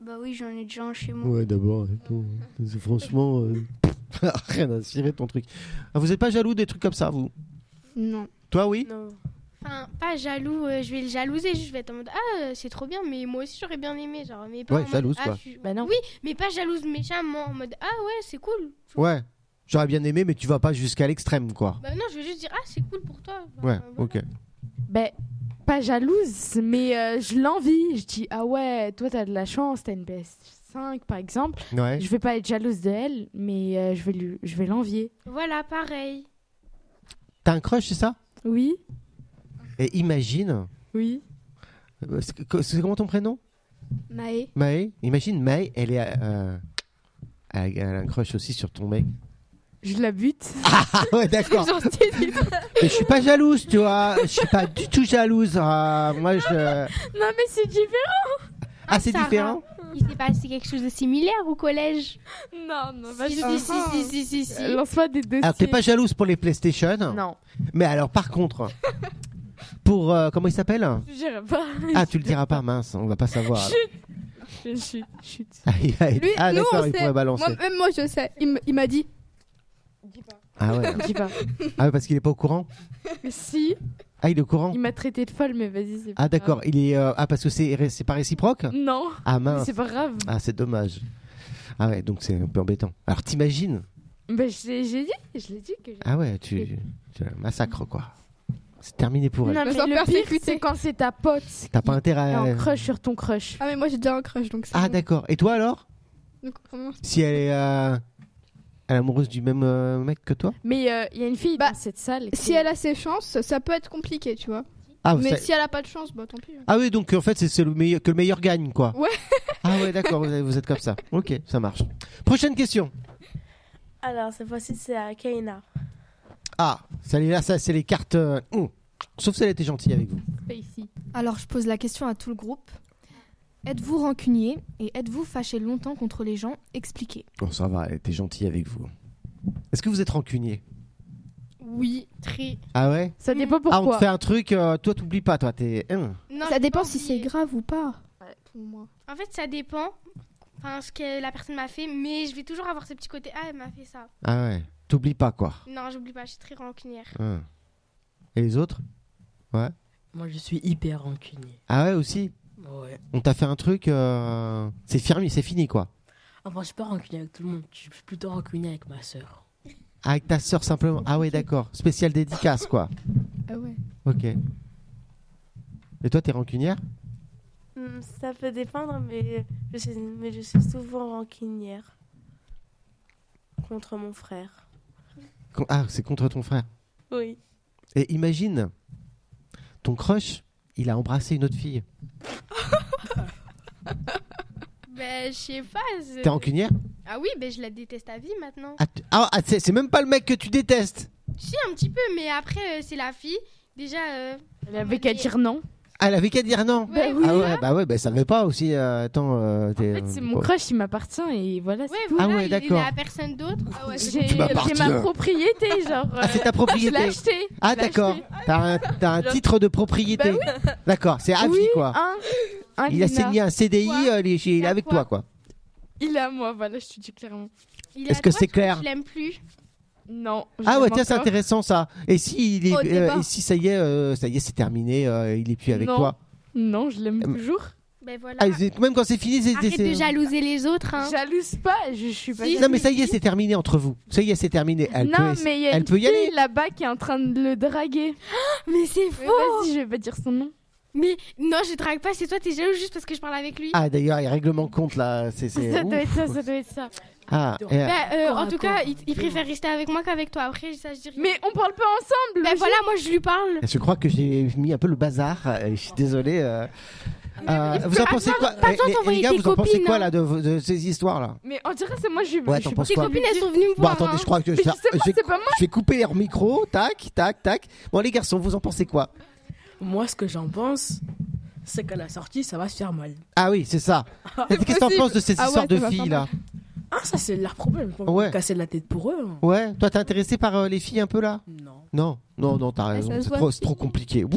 Speaker 7: Bah oui, j'en ai déjà un chez moi.
Speaker 4: Ouais, d'abord, franchement, euh, rien à cirer ton truc. Ah, vous êtes pas jaloux des trucs comme ça, vous
Speaker 3: non.
Speaker 4: Toi, oui
Speaker 1: Non.
Speaker 6: Enfin, pas jaloux, euh, je vais le jalouser, je vais être en mode Ah, euh, c'est trop bien, mais moi aussi j'aurais bien aimé. Genre, mais pas
Speaker 4: Ouais,
Speaker 6: en mode,
Speaker 4: jalouse,
Speaker 6: ah,
Speaker 4: quoi.
Speaker 6: je suis-
Speaker 2: Bah non.
Speaker 6: Oui, mais pas jalouse méchamment, en mode Ah ouais, c'est cool.
Speaker 4: Ouais. J'aurais bien aimé, mais tu vas pas jusqu'à l'extrême, quoi.
Speaker 6: Bah non, je vais juste dire Ah, c'est cool pour toi. Bah,
Speaker 4: Ouais,
Speaker 6: voilà.
Speaker 4: ok.
Speaker 2: Ben, pas jalouse, mais euh, je l'envie. Je dis, ah ouais, toi, t'as de la chance, t'as une PS5, par exemple.
Speaker 4: Ouais.
Speaker 2: Je vais pas être jalouse de elle, mais euh, je vais lui- je vais l'envier.
Speaker 6: Voilà, pareil.
Speaker 4: T'as un crush, c'est ça
Speaker 2: Oui,
Speaker 4: Et imagine.
Speaker 2: oui.
Speaker 4: euh, c'est- co- C'est comment ton prénom
Speaker 3: Maë,
Speaker 4: Maë Imagine, Maë, elle est. euh, elle a elle a un crush aussi sur ton mec.
Speaker 2: Je la bute.
Speaker 4: Ah ouais, d'accord. Mais je suis pas jalouse, tu vois. Je suis pas du tout jalouse. Ah, moi, je.
Speaker 2: non, mais c'est différent.
Speaker 4: Ah, c'est
Speaker 6: Sarah.
Speaker 4: différent
Speaker 6: Il s'est passé quelque chose de similaire au collège.
Speaker 2: Non, non,
Speaker 6: Si, si, si, si, si, si.
Speaker 2: Lance-moi Ah, des dossiers.
Speaker 4: Alors, t'es pas jalouse pour les PlayStation
Speaker 2: Non,
Speaker 4: Mais alors, par contre. Pour. euh, comment il s'appelle
Speaker 2: je dirais pas.
Speaker 4: Ah, tu le diras pas, mince, on va pas savoir.
Speaker 2: Je- Chut, chut.
Speaker 4: Ah, il va être-
Speaker 5: Lui,
Speaker 4: ah
Speaker 5: nous, on
Speaker 4: d'accord, il
Speaker 5: sait.
Speaker 4: pourrait balancer.
Speaker 5: Moi, même moi, je sais. Il m- il m'a dit.
Speaker 4: Ah ouais.
Speaker 2: Dis pas.
Speaker 4: Ah ouais, parce qu'il est pas au courant.
Speaker 2: Si,
Speaker 4: Ah, il est au courant.
Speaker 2: il m'a traité de folle, mais vas-y, c'est pas
Speaker 4: Ah d'accord, il est euh, ah parce que c'est ré- c'est pas réciproque.
Speaker 2: grave. Non,
Speaker 4: Ah
Speaker 2: mais
Speaker 4: mince.
Speaker 2: c'est pas grave.
Speaker 4: Ah c'est dommage. Ah ouais, donc c'est un peu embêtant. Alors t'imagines
Speaker 2: Ben, j'ai j'ai dit, je l'ai dit que j'ai-
Speaker 4: Ah ouais, tu tu la massacres quoi. C'est terminé pour elle.
Speaker 2: Non, mais
Speaker 5: sans
Speaker 2: le pire,
Speaker 5: persécuter.
Speaker 2: c'est quand c'est ta pote.
Speaker 4: T'as pas
Speaker 2: qui
Speaker 4: intérêt.
Speaker 2: est
Speaker 4: à-
Speaker 2: en crush sur ton crush.
Speaker 5: Ah, mais moi, j'ai déjà un crush, donc c'est.
Speaker 4: Ah
Speaker 5: bon.
Speaker 4: d'accord. Et toi alors
Speaker 5: Donc, vraiment,
Speaker 4: Si elle est euh, elle est amoureuse du même euh, mec que toi
Speaker 2: Mais euh, il y a une fille
Speaker 5: Bah,
Speaker 2: dans cette salle.
Speaker 5: Si elle a ses chances, ça peut être compliqué, tu vois.
Speaker 4: Ah
Speaker 5: mais
Speaker 4: ça-
Speaker 5: si elle a pas de chance, bah tant pis.
Speaker 3: hein.
Speaker 4: Ah oui, donc en fait c'est- c'est le meilleur que le meilleur gagne quoi.
Speaker 5: Ouais.
Speaker 4: Ah ouais, d'accord, vous êtes- vous êtes comme ça. OK, ça marche. Prochaine question.
Speaker 1: Alors cette fois-ci, c'est à Kaina.
Speaker 4: Ah, celle-là ça c'est les cartes euh, mm. Sauf si elle était gentille avec vous.
Speaker 2: pas ici.
Speaker 5: Alors, je pose la question à tout le groupe. Êtes-vous rancunier et êtes-vous fâché longtemps contre les gens Expliquez.
Speaker 4: Bon, ça va, elle était gentille avec vous. Est-ce que vous êtes rancunier
Speaker 6: Oui, très.
Speaker 4: Ah ouais
Speaker 2: Ça dépend
Speaker 4: Ah, on
Speaker 2: pourquoi.
Speaker 4: te fait un truc, euh, toi t'oublies pas, toi t'es. Hein
Speaker 6: Non,
Speaker 5: ça
Speaker 6: j'ai
Speaker 5: dépend
Speaker 6: pas
Speaker 5: si c'est
Speaker 6: oublié.
Speaker 5: grave ou pas.
Speaker 3: pour moi.
Speaker 6: En fait, ça dépend. Enfin, ce que la personne m'a fait, mais je vais toujours avoir ce petit côté. Ah, elle m'a fait ça.
Speaker 4: Ah ouais. T'oublies pas, quoi.
Speaker 6: Non, j'oublie pas, je suis très rancunière.
Speaker 4: Hein. Et les autres
Speaker 9: Moi, je suis hyper rancunier.
Speaker 4: Ah ouais, aussi
Speaker 9: Ouais.
Speaker 4: On t'a fait un truc, euh, c'est fermé, c'est fini, quoi.
Speaker 9: Enfin, je suis pas rancunier avec tout le monde. Je suis plutôt rancunier avec ma sœur.
Speaker 4: Avec ta sœur, simplement. Ah ouais, d'accord. Spécial dédicace, quoi.
Speaker 3: Ah ouais.
Speaker 4: Ok. Et toi, t'es rancunière
Speaker 1: Hmm, Ça peut dépendre, mais je suis, mais je suis souvent rancunière contre mon frère.
Speaker 4: Con- Ah, c'est contre ton frère.
Speaker 1: Oui.
Speaker 4: Et imagine, ton crush, il a embrassé une autre fille.
Speaker 6: Ben, je sais pas. je-
Speaker 4: T'es rancunière
Speaker 6: Ah oui, ben je la déteste à vie maintenant.
Speaker 4: Ah, tu- ah, ah, c'est c'est même pas le mec que tu détestes
Speaker 6: Si, un petit peu, mais après, euh, c'est la fille. Déjà, euh,
Speaker 2: Elle avait qu'à dire non.
Speaker 4: Elle avait qu'à dire non
Speaker 6: ouais,
Speaker 4: Ah
Speaker 6: voilà.
Speaker 4: ouais, bah ouais, bah ça veut pas aussi. euh, attends, euh,
Speaker 2: En
Speaker 4: t'es-
Speaker 2: fait, c'est mon
Speaker 4: bon.
Speaker 2: crush, il m'appartient et voilà. c'est
Speaker 6: Ouais,
Speaker 2: tout.
Speaker 6: voilà,
Speaker 4: Ah, ouais,
Speaker 6: il est
Speaker 4: d'accord.
Speaker 6: à personne d'autre. Ah ouais,
Speaker 2: J'ai
Speaker 4: Tu
Speaker 2: j'ai
Speaker 4: m'appartiens.
Speaker 2: ma propriété, genre.
Speaker 4: Ah, c'est ta
Speaker 2: euh, Je l'ai
Speaker 4: propriété
Speaker 2: acheté.
Speaker 4: Ah
Speaker 2: Je l'ai
Speaker 4: d'accord,
Speaker 2: acheté.
Speaker 4: t'as un, t'as un
Speaker 2: Genre-
Speaker 4: titre de propriété. D'accord, c'est à
Speaker 2: Bah Oui,
Speaker 4: vie quoi.
Speaker 2: un. un
Speaker 4: Il a
Speaker 2: Lina.
Speaker 4: signé un CDI,
Speaker 6: Quoi
Speaker 4: euh, il est- il est
Speaker 6: a
Speaker 4: avec
Speaker 6: quoi
Speaker 4: toi quoi. Ah
Speaker 2: Il est à moi, voilà, je te dis clairement.
Speaker 6: Il
Speaker 4: Est-ce
Speaker 6: à
Speaker 4: que
Speaker 6: toi,
Speaker 4: c'est
Speaker 6: parce
Speaker 4: clair
Speaker 6: Je l'aime plus.
Speaker 2: Non. je
Speaker 4: Ah ouais,
Speaker 2: l'aime
Speaker 4: tiens, c'est
Speaker 2: encore.
Speaker 4: intéressant ça. Et si il est,
Speaker 5: Au
Speaker 4: euh,
Speaker 5: départ.
Speaker 4: et si ça y est, euh, ça y est, c'est terminé, euh, il est plus avec
Speaker 2: Non.
Speaker 4: toi.
Speaker 2: Non, je l'aime
Speaker 4: Euh,
Speaker 2: toujours.
Speaker 6: Ben voilà.
Speaker 4: Ah, c'est- même quand c'est fini, c'est
Speaker 6: Arrête
Speaker 4: c'est-
Speaker 6: de jalouser les autres. Hein.
Speaker 2: Jalouse pas, je, je suis pas.
Speaker 6: Si.
Speaker 2: jalouse.
Speaker 4: Non mais ça y est, c'est terminé entre vous. Ça y est, c'est terminé. Elle
Speaker 2: non,
Speaker 4: peut,
Speaker 2: mais il y a
Speaker 4: elle
Speaker 2: une
Speaker 4: peut y aller.
Speaker 2: fille là-bas qui est en train de le draguer.
Speaker 6: Mais c'est
Speaker 2: Mais
Speaker 6: faux.
Speaker 2: Vas-y, je vais pas dire son nom.
Speaker 6: Mais non, je drague pas, c'est toi, t'es jaloux juste parce que je parle avec lui.
Speaker 4: Ah d'ailleurs, il y a règlement de compte là. C'est c'est-
Speaker 2: Ça doit
Speaker 4: ouf.
Speaker 2: être ça, ça doit être ça.
Speaker 4: Ah,
Speaker 9: Bah,
Speaker 4: et-
Speaker 6: Bah, euh,
Speaker 9: Corps à
Speaker 6: en tout
Speaker 9: corps.
Speaker 6: cas, il, il préfère rester avec moi qu'avec toi. Après, ça, je dis rien.
Speaker 2: Mais on parle pas ensemble.
Speaker 6: Ben
Speaker 2: logique.
Speaker 6: voilà, moi, je lui parle.
Speaker 4: je crois que j'ai mis un peu le bazar. euh, Je suis désolé. euh. Euh, vous en pensez quoi
Speaker 6: pas
Speaker 4: Eh,
Speaker 6: besoin
Speaker 4: les- les
Speaker 6: d'envoyer
Speaker 4: gars,
Speaker 6: tes
Speaker 4: vous en pensez
Speaker 6: copines,
Speaker 4: quoi
Speaker 6: hein.
Speaker 4: là de, de ces histoires là
Speaker 2: Mais on dirait c'est moi, je,
Speaker 4: Ouais,
Speaker 2: je
Speaker 4: t'en
Speaker 2: suis
Speaker 4: penses
Speaker 6: Tes
Speaker 4: quoi
Speaker 6: copines, elles sont venues me
Speaker 4: Bon,
Speaker 6: voir. hein.
Speaker 4: attendez, je crois que je,
Speaker 2: Mais je sais pas,
Speaker 4: je vais,
Speaker 2: c'est pas moi.
Speaker 4: je vais couper leur micro. Tac, tac, tac. Bon, les garçons, vous en pensez quoi
Speaker 9: Moi, ce que j'en pense, c'est qu'à la sortie, ça va se faire mal.
Speaker 4: Ah oui, c'est ça. Qu'est-ce que t'en
Speaker 2: possible.
Speaker 4: penses de ces
Speaker 2: Ah ouais,
Speaker 4: histoires de
Speaker 2: ça va
Speaker 4: filles
Speaker 2: faire
Speaker 4: là
Speaker 9: Ah, ça, c'est leur problème. Faut
Speaker 4: Ouais.
Speaker 9: Casser de la tête pour eux. hein.
Speaker 4: Ouais, toi t'es intéressé par euh, les filles un peu là
Speaker 9: Non.
Speaker 4: Non, non, non, t'as raison.
Speaker 3: ça se
Speaker 4: C'est
Speaker 3: voit.
Speaker 4: trop, c'est trop compliqué. Ouh.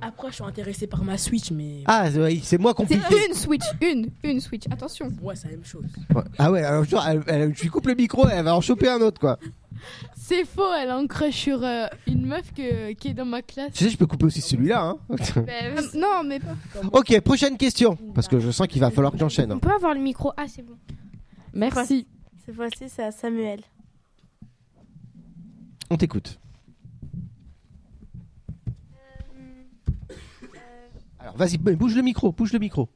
Speaker 9: Après, je suis intéressé par ma Switch, mais.
Speaker 4: Ah, ouais, c'est moi
Speaker 3: C'est
Speaker 4: compliqué.
Speaker 3: une Switch, une, une Switch. Attention.
Speaker 9: Ouais, c'est la même chose.
Speaker 4: Ouais. Ah ouais, alors genre, elle- elle- je lui coupe le micro, elle va en choper un autre quoi.
Speaker 2: C'est faux, elle a un crush sur euh, une meuf que- qui est dans ma classe. Euh,
Speaker 4: Tu sais, je peux couper aussi celui-là. Hein.
Speaker 2: Bah,
Speaker 3: Ah, non, mais pas.
Speaker 4: ok, prochaine question. Parce que je sens qu'il va falloir que j'enchaîne. hein.
Speaker 6: On peut avoir le micro. Ah, c'est bon.
Speaker 2: Merci.
Speaker 1: Cette fois-ci, c'est à Samuel.
Speaker 4: On t'écoute. Euh, Alors vas-y, b- bouge le micro, bouge le micro.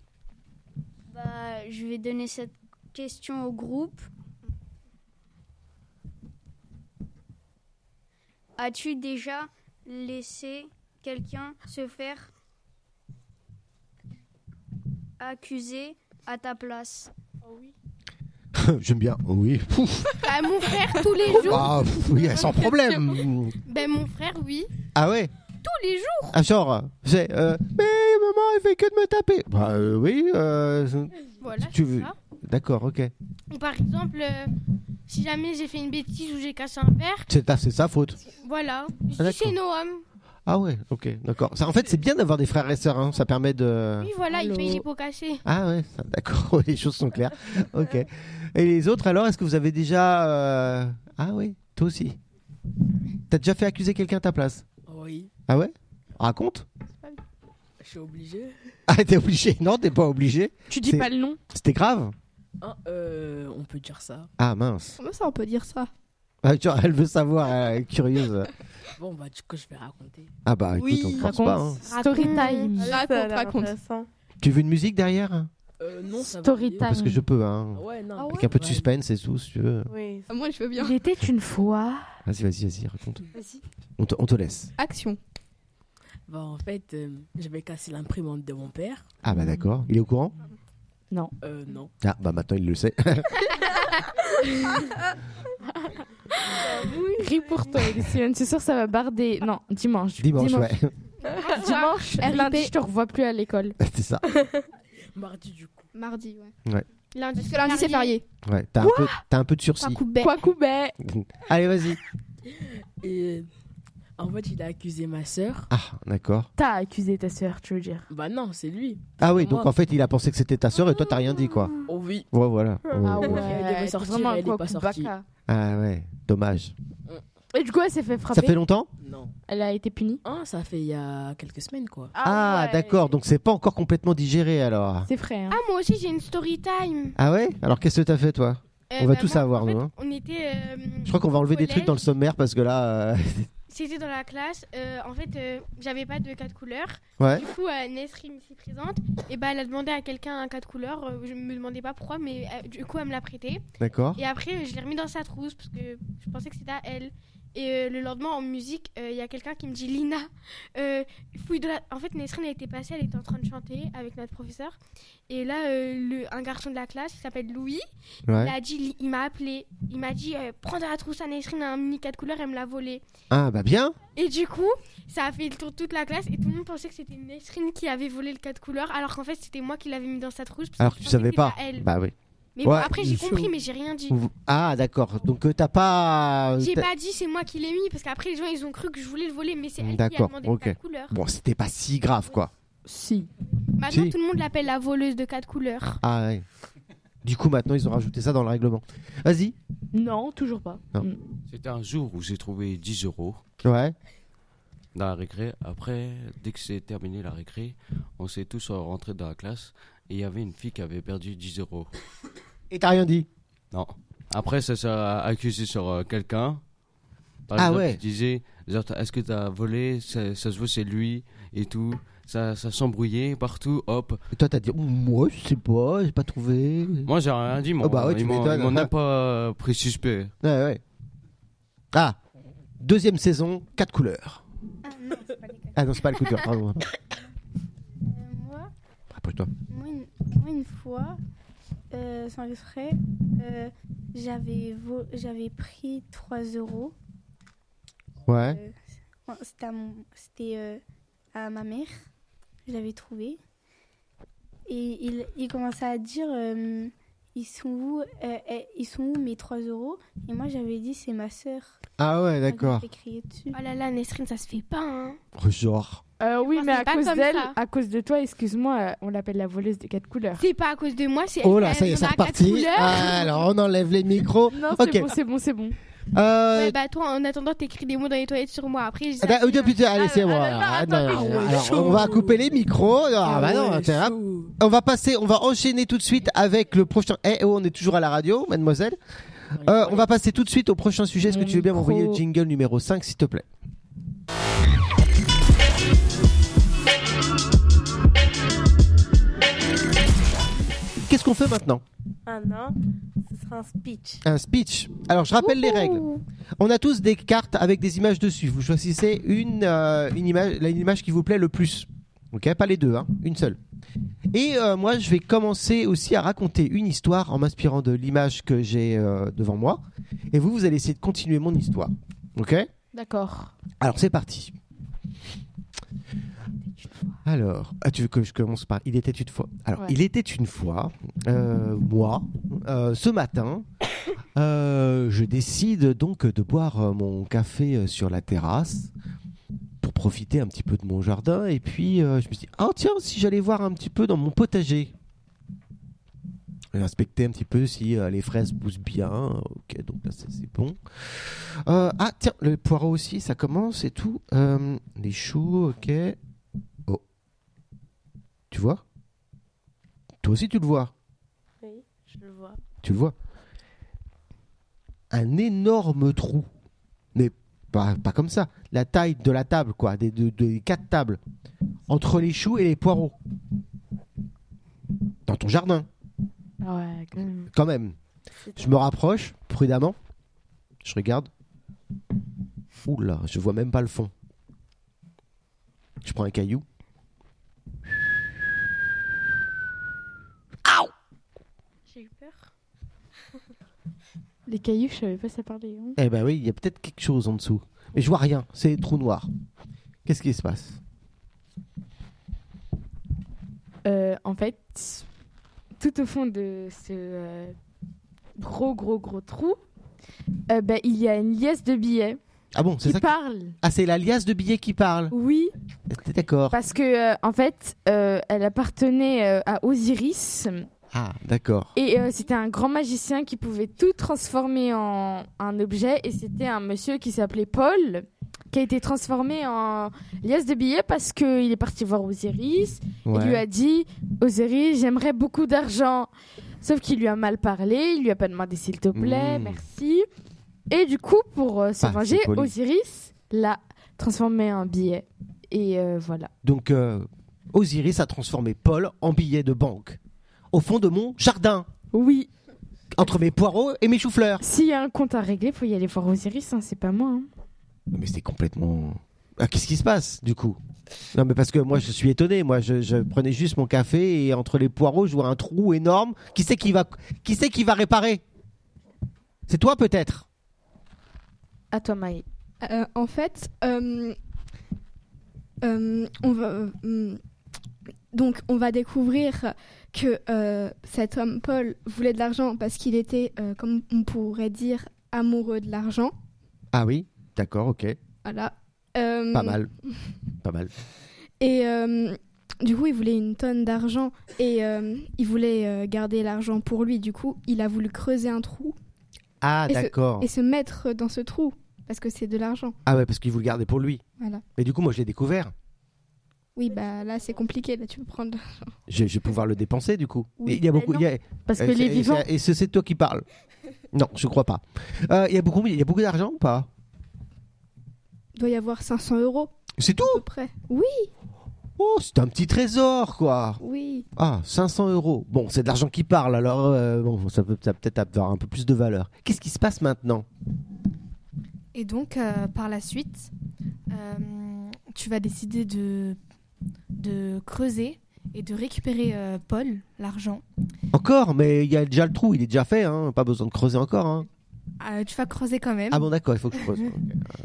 Speaker 7: Bah, je vais donner cette question au groupe. As-tu déjà laissé quelqu'un se faire accuser à ta place
Speaker 4: J'aime bien. Oui. Pouf.
Speaker 7: Ah,
Speaker 6: Bah, mon frère, tous les jours.
Speaker 4: Ah, pff, oui, sans problème.
Speaker 6: Ben, mon frère, oui.
Speaker 4: Ah ouais.
Speaker 6: Tous les jours.
Speaker 4: Ah genre, c'est. euh, mais maman, elle fait que de me taper. Bah euh, oui. euh, c'est-
Speaker 6: Voilà,
Speaker 4: Tu
Speaker 6: c'est
Speaker 4: veux-
Speaker 6: ça.
Speaker 4: D'accord, ok.
Speaker 6: Ou par exemple, euh, si jamais j'ai fait une bêtise ou j'ai cassé un verre,
Speaker 4: C'est ta, c'est sa faute.
Speaker 6: voilà. Je
Speaker 4: Ah,
Speaker 6: dis c'est Noam.
Speaker 4: Ah ouais, ok, d'accord. Ça, en fait, c'est bien d'avoir des frères et sœurs. hein, Ça permet de.
Speaker 6: Oui, voilà,
Speaker 9: Allô.
Speaker 6: il paye les pots cassés.
Speaker 4: Ah ouais, ça- d'accord, les choses sont claires. Ok. Et les autres, alors, est-ce que vous avez déjà... euh, Ah oui, toi aussi. T'as déjà fait accuser quelqu'un à ta place
Speaker 9: Oui,
Speaker 4: Ah ouais Raconte.
Speaker 9: je suis obligé.
Speaker 4: Ah, t'es obligé Non, t'es pas obligé.
Speaker 2: Tu
Speaker 4: C'est-
Speaker 2: dis pas le nom.
Speaker 4: C'était grave
Speaker 9: Ah, euh, on peut dire ça.
Speaker 4: Ah mince.
Speaker 3: Comment ça, on peut dire ça
Speaker 4: Ah, tu vois, elle veut savoir, elle est curieuse.
Speaker 9: Bon, bah, du coup, je vais raconter.
Speaker 4: Ah bah écoute,
Speaker 2: Oui,
Speaker 4: on ne pense
Speaker 2: raconte.
Speaker 4: pas. hein.
Speaker 2: Story time.
Speaker 1: Ça a
Speaker 3: Raconte,
Speaker 1: l'air
Speaker 3: raconte.
Speaker 1: intéressant.
Speaker 4: Tu veux une musique derrière
Speaker 9: Euh, non, ça va
Speaker 2: Story
Speaker 9: aller.
Speaker 2: time.
Speaker 4: Parce que je peux, hein.
Speaker 9: Ouais, non.
Speaker 3: Ah ouais
Speaker 4: Avec un peu de suspense et tout, si tu veux.
Speaker 1: Oui.
Speaker 3: Ah, Moi, je veux bien.
Speaker 2: Il était une fois.
Speaker 4: Vas-y, vas-y, vas-y, raconte. On te, on te laisse.
Speaker 3: Action.
Speaker 9: Bah, en fait, euh, j'avais cassé l'imprimante de mon père.
Speaker 4: Ah bah d'accord. Il est au courant
Speaker 9: Euh, non.
Speaker 4: Ah bah maintenant il le sait.
Speaker 2: Ris pour toi, Alexis. Ce soir, ça va barder. Non, dimanche.
Speaker 4: Dimanche, ouais.
Speaker 2: Dimanche, lundi, je te revois plus à l'école.
Speaker 4: c'est ça.
Speaker 9: Mardi, du coup.
Speaker 3: Mardi, ouais.
Speaker 6: Lundi,
Speaker 3: Parce que lundi, c'est férié.
Speaker 4: Ouais, t'as un, peu- t'as un peu de sursis.
Speaker 3: Pas coupé.
Speaker 2: Quoi coupé
Speaker 4: Allez, vas-y.
Speaker 9: Et En fait, il a accusé ma sœur.
Speaker 4: Ah, d'accord.
Speaker 2: T'as accusé ta sœur, tu veux dire.
Speaker 9: Bah non, c'est lui.
Speaker 4: Ah oui,
Speaker 9: Moi.
Speaker 4: donc en fait, il a pensé que c'était ta sœur et toi, t'as rien dit, quoi.
Speaker 9: Oh oui.
Speaker 4: Ouais, voilà. Oh.
Speaker 2: Ah ouais,
Speaker 9: devait sortir,
Speaker 2: vraiment
Speaker 9: elle
Speaker 2: un
Speaker 9: est
Speaker 2: quoi,
Speaker 9: pas
Speaker 2: coup de
Speaker 9: sortie. Mm.
Speaker 2: baka.
Speaker 4: Ah ouais, dommage.
Speaker 2: Et du coup, elle s'est fait
Speaker 4: Ça
Speaker 2: frapper.
Speaker 4: fait longtemps
Speaker 9: Non.
Speaker 2: Elle a été punie.
Speaker 9: Hein, ça fait il y a quelques semaines, quoi.
Speaker 4: Ah,
Speaker 2: ouais.
Speaker 4: d'accord, donc c'est pas encore complètement digéré, alors.
Speaker 2: C'est frais. hein.
Speaker 6: Ah, moi aussi, j'ai une story time.
Speaker 4: Ah ouais Alors qu'est-ce que t'as fait, toi
Speaker 6: Euh,
Speaker 4: On va
Speaker 6: bah,
Speaker 4: tout
Speaker 6: moi,
Speaker 4: savoir,
Speaker 6: en fait,
Speaker 4: nous, hein.
Speaker 6: On était. euh,
Speaker 4: Je crois qu'on va enlever des
Speaker 6: collège.
Speaker 4: trucs dans le sommaire parce que là... euh,
Speaker 6: C'était dans la classe. euh, en fait, euh, j'avais pas de cas de couleur.
Speaker 4: Ouais.
Speaker 6: Du coup, euh, Nesrine s'y présente. Et bah, elle a demandé à quelqu'un un cas de couleur. euh, Je me demandais pas pourquoi, mais euh, du coup, elle me l'a prêté.
Speaker 4: D'accord.
Speaker 6: Et après, euh, je l'ai remis dans sa trousse parce que je pensais que c'était à elle. Et euh, le lendemain, en musique, euh, il y a quelqu'un qui me dit Lina, euh, fouille de la. En fait, Nesrine, elle était passée, elle était en train de chanter avec notre professeur. Et là, euh, le, un garçon de la classe, il s'appelle Louis, il,
Speaker 4: Ouais.
Speaker 6: a dit, il m'a appelé. Il m'a dit euh, Prends dans la trousse à Nesrine un mini cas de couleur, elle me l'a volé.
Speaker 4: Ah bah bien
Speaker 6: Et du coup, ça a fait le tour de toute la classe et tout le monde pensait que c'était Nesrine qui avait volé le cas de couleur, alors qu'en fait, c'était moi qui l'avais mis dans sa trousse. parce
Speaker 4: Alors
Speaker 6: je
Speaker 4: que tu
Speaker 6: pensais
Speaker 4: savais
Speaker 6: c'était
Speaker 4: pas
Speaker 6: à elle.
Speaker 4: Bah oui.
Speaker 6: Mais bon,
Speaker 4: Ouais,
Speaker 6: après, j'ai
Speaker 9: chaud.
Speaker 6: compris, mais j'ai rien dit.
Speaker 4: Vous- Ah d'accord, donc euh, t'as pas...
Speaker 6: J'ai
Speaker 4: t'as-
Speaker 6: pas dit c'est moi qui l'ai mis parce qu'après les gens ils ont cru que je voulais le voler mais c'est elle qui a
Speaker 4: D'accord,
Speaker 6: demandé
Speaker 4: ok.
Speaker 6: le cas de couleur.
Speaker 4: Bon, c'était pas si grave, quoi.
Speaker 2: Si.
Speaker 6: Maintenant
Speaker 4: Si.
Speaker 6: tout le monde l'appelle la voleuse de cas de couleur.
Speaker 4: Ah ouais. Du coup, maintenant, ils ont rajouté ça dans le règlement. Vas-y.
Speaker 2: Non, toujours pas.
Speaker 4: Non.
Speaker 2: Mm.
Speaker 8: C'était un jour où j'ai trouvé 10 euros
Speaker 4: Ouais.
Speaker 8: dans la récré. Après, dès que c'est terminé la récré, on s'est tous rentrés dans la classe et il y avait une fille qui avait perdu 10 euros.
Speaker 4: Et t'as rien dit
Speaker 8: Non. Après, ça sera accusé sur euh, quelqu'un. Par
Speaker 4: Ah
Speaker 8: exemple,
Speaker 4: ouais.
Speaker 8: Il disait, genre, t'as- est-ce que t'as volé ça, ça se voit, c'est lui et tout. Ça, ça s'embrouillait partout, hop.
Speaker 4: Et toi, t'as dit, moi, je sais pas, j'ai pas trouvé.
Speaker 8: Moi, j'ai rien dit, moi.
Speaker 4: bah ouais, tu
Speaker 8: ils m'ont
Speaker 4: m'étonnes.
Speaker 8: ils m'ont même pas euh, pris suspect.
Speaker 4: Ouais, ouais. Ah, deuxième saison, quatre couleurs.
Speaker 7: Ah non, c'est pas des cas.
Speaker 4: Ah non, c'est pas le coup de cœur, pardon.
Speaker 7: Euh, moi,
Speaker 4: Rapproche-toi.
Speaker 7: moi, une, moi, une fois, euh, sans exprès, euh, j'avais vo- j'avais pris 3 euros.
Speaker 4: Ouais.
Speaker 7: Euh, ouais, c'était à, mon- c'était, euh, à ma mère. Je l'avais trouvé. Et il, il commençait à dire euh, ils, sont où, euh, eh, ils sont où mes 3 euros Et moi j'avais dit c'est ma soeur.
Speaker 4: Ah ouais, d'accord.
Speaker 7: J'ai crié dessus.
Speaker 6: Oh là là Nesrine ça se fait pas hein.
Speaker 4: Oh, Genre.
Speaker 2: Euh, oui,
Speaker 6: Moi,
Speaker 2: mais
Speaker 6: c'est
Speaker 2: à
Speaker 6: pas
Speaker 2: cause
Speaker 6: comme
Speaker 2: d'elle,
Speaker 6: ça.
Speaker 2: à cause de toi, excuse-moi, euh, on l'appelle la voleuse des quatre couleurs.
Speaker 6: C'est pas à cause de moi c'est
Speaker 4: Oh
Speaker 6: elle
Speaker 4: là,
Speaker 6: qui
Speaker 4: ça
Speaker 6: a
Speaker 4: y est,
Speaker 6: mis
Speaker 4: c'est
Speaker 6: dans la quatre
Speaker 4: reparti.
Speaker 6: couleurs.
Speaker 4: Ah, alors, on enlève les micros.
Speaker 2: Non, c'est
Speaker 4: Ok.
Speaker 2: bon, c'est bon, c'est bon.
Speaker 4: Euh,
Speaker 6: Ouais, bah toi en attendant t'écris des mots dans les toilettes sur moi après j'ai
Speaker 4: ah, bah, oh, putain, allez,
Speaker 2: Ah,
Speaker 4: c'est
Speaker 2: ah,
Speaker 4: moi.
Speaker 2: non,
Speaker 4: Ah,
Speaker 2: attends,
Speaker 4: non, non,
Speaker 9: ah,
Speaker 4: non.
Speaker 9: ouais,
Speaker 4: Alors,
Speaker 9: chaud.
Speaker 4: on va couper les micros. Ah, bah non,
Speaker 9: ouais,
Speaker 4: t'es un-
Speaker 9: chaud.
Speaker 4: On va passer, on va enchaîner tout de suite avec le prochain. Eh oh, on est toujours à la radio, mademoiselle. Euh, on va passer tout de suite au prochain sujet. Est-ce que
Speaker 2: Mon
Speaker 4: tu veux bien
Speaker 2: micro.
Speaker 4: m'envoyer le jingle numéro 5, s'il te plaît Qu'est-ce qu'on fait maintenant
Speaker 1: Ah non, ce sera un speech.
Speaker 4: Un speech. Alors, je rappelle les règles. On a tous des cartes avec des images dessus. Vous choisissez une, euh, une, image, la- une image qui vous plaît le plus. Ok, pas les deux, hein, une seule. Et euh, moi, je vais commencer aussi à raconter une histoire en m'inspirant de l'image que j'ai euh, devant moi. Et vous, vous allez essayer de continuer mon histoire. Ok
Speaker 2: D'accord.
Speaker 4: Alors, c'est parti. Alors, ah, tu veux que je commence par Il était une fois. Alors,
Speaker 2: Ouais.
Speaker 4: il était une fois, euh, moi, euh, ce matin, euh, je décide donc de boire euh, mon café euh, sur la terrasse pour profiter un petit peu de mon jardin. Et puis, euh, je me suis dit, oh tiens, si j'allais voir un petit peu dans mon potager. Et inspecter un petit peu si euh, les fraises poussent bien. euh, Ok, donc là, ça, c'est bon. Euh, ah, tiens, le poireau aussi, ça commence et tout. Euh, les choux, ok. Oh. Tu vois Toi aussi, tu le vois.
Speaker 1: Oui, je le vois.
Speaker 4: Tu le vois. Un énorme trou. Mais pas, pas comme ça. La taille de la table, quoi. Des, de- des quatre tables. Entre les choux et les poireaux. Dans ton jardin,
Speaker 2: Ah ouais, quand même.
Speaker 4: quand même.
Speaker 1: C'est-
Speaker 4: Je me rapproche, prudemment. Je regarde. Oula, je vois même pas le fond. Je prends un caillou.
Speaker 6: J'ai eu peur.
Speaker 2: Les cailloux, je savais pas ça parlait. hein.
Speaker 4: Eh ben oui, il y a peut-être quelque chose en dessous. Mais je vois rien, c'est des trous noirs. Qu'est-ce qui se passe
Speaker 2: Euh, en fait, tout au fond de ce euh, gros, gros, gros trou, euh, bah, il y a une liasse de billets.
Speaker 4: Ah bon, c'est
Speaker 2: qui
Speaker 4: ça qui-
Speaker 2: parle.
Speaker 4: Ah, c'est l'alias de billet qui parle.
Speaker 2: Oui,
Speaker 4: T'es d'accord.
Speaker 2: parce que euh, en fait, euh, elle appartenait euh, à Osiris
Speaker 4: Ah, d'accord.
Speaker 2: et euh, c'était un grand magicien qui pouvait tout transformer en un objet et c'était un monsieur qui s'appelait Paul qui a été transformé en liasse de billets parce qu'il est parti voir Osiris
Speaker 4: Ouais.
Speaker 2: Il lui a dit Osiris, j'aimerais beaucoup d'argent. Sauf qu'il lui a mal parlé, il lui a pas demandé s'il te plaît,
Speaker 4: Mmh.
Speaker 2: merci. Et du coup, pour euh, se
Speaker 4: Ah, c'est
Speaker 2: venger,
Speaker 4: poli.
Speaker 2: Osiris l'a transformé en billet. Et euh, voilà.
Speaker 4: Donc, euh, Osiris a transformé Paul en billet de banque. Au fond de mon jardin,
Speaker 2: Oui,
Speaker 4: entre mes poireaux et mes choux-fleurs.
Speaker 2: s'il y a un compte à régler, faut y aller voir Osiris, hein, c'est pas moi. hein.
Speaker 4: Mais c'est complètement. Ah, Qu'est-ce qui se passe du coup Non, mais parce que moi je suis étonné. Moi je, je prenais juste mon café et entre les poireaux je vois un trou énorme. Qui c'est qui va, qui c'est qui va réparer C'est toi peut-être
Speaker 2: À toi, Maï.
Speaker 3: Euh, en fait, euh, euh, on va, euh, donc on va découvrir que euh, cet homme Paul voulait de l'argent parce qu'il était, euh, comme on pourrait dire, amoureux de l'argent.
Speaker 4: Ah oui, d'accord, ok,
Speaker 3: Voilà. Euh,
Speaker 4: pas mal, pas mal.
Speaker 3: Et euh, du coup, il voulait une tonne d'argent et euh, il voulait euh, garder l'argent pour lui. Du coup, il a voulu creuser un trou
Speaker 4: Ah
Speaker 3: Et ce-
Speaker 4: d'accord.
Speaker 3: et se mettre dans ce trou parce que c'est de l'argent.
Speaker 4: Ah ouais, parce qu'il vous le gardez pour lui.
Speaker 3: Voilà.
Speaker 4: Mais du coup, moi je l'ai découvert.
Speaker 3: Oui, bah là, c'est compliqué. Là, tu peux prendre.
Speaker 4: Je, je vais pouvoir le dépenser du coup.
Speaker 3: Oui,
Speaker 4: il y a
Speaker 2: mais
Speaker 4: beaucoup.
Speaker 2: non.
Speaker 4: il y a-
Speaker 2: Parce
Speaker 4: euh,
Speaker 2: que les
Speaker 4: c'est-
Speaker 2: vivants.
Speaker 4: c'est- Et ce, c'est toi qui parles. Non, je crois pas. Euh, Il y a beaucoup, il y a beaucoup d'argent ou pas
Speaker 3: Il doit y avoir 500 euros
Speaker 4: C'est tout
Speaker 3: à peu près. Oui,
Speaker 4: Oh, c'est un petit trésor quoi.
Speaker 3: oui.
Speaker 4: Ah, 500 euros. Bon, c'est de l'argent qui parle, alors euh, bon, ça peut ça peut peut-être avoir un peu plus de valeur. Qu'est-ce qui se passe maintenant
Speaker 5: Et donc, euh, par la suite, euh, tu vas décider de, de creuser et de récupérer euh, Paul, l'argent.
Speaker 4: Encore Mais il y a déjà le trou, il est déjà fait, hein, pas besoin de creuser encore. Hein.
Speaker 5: Euh, tu vas creuser quand même,
Speaker 4: Ah bon, d'accord, il faut que je creuse. Ok,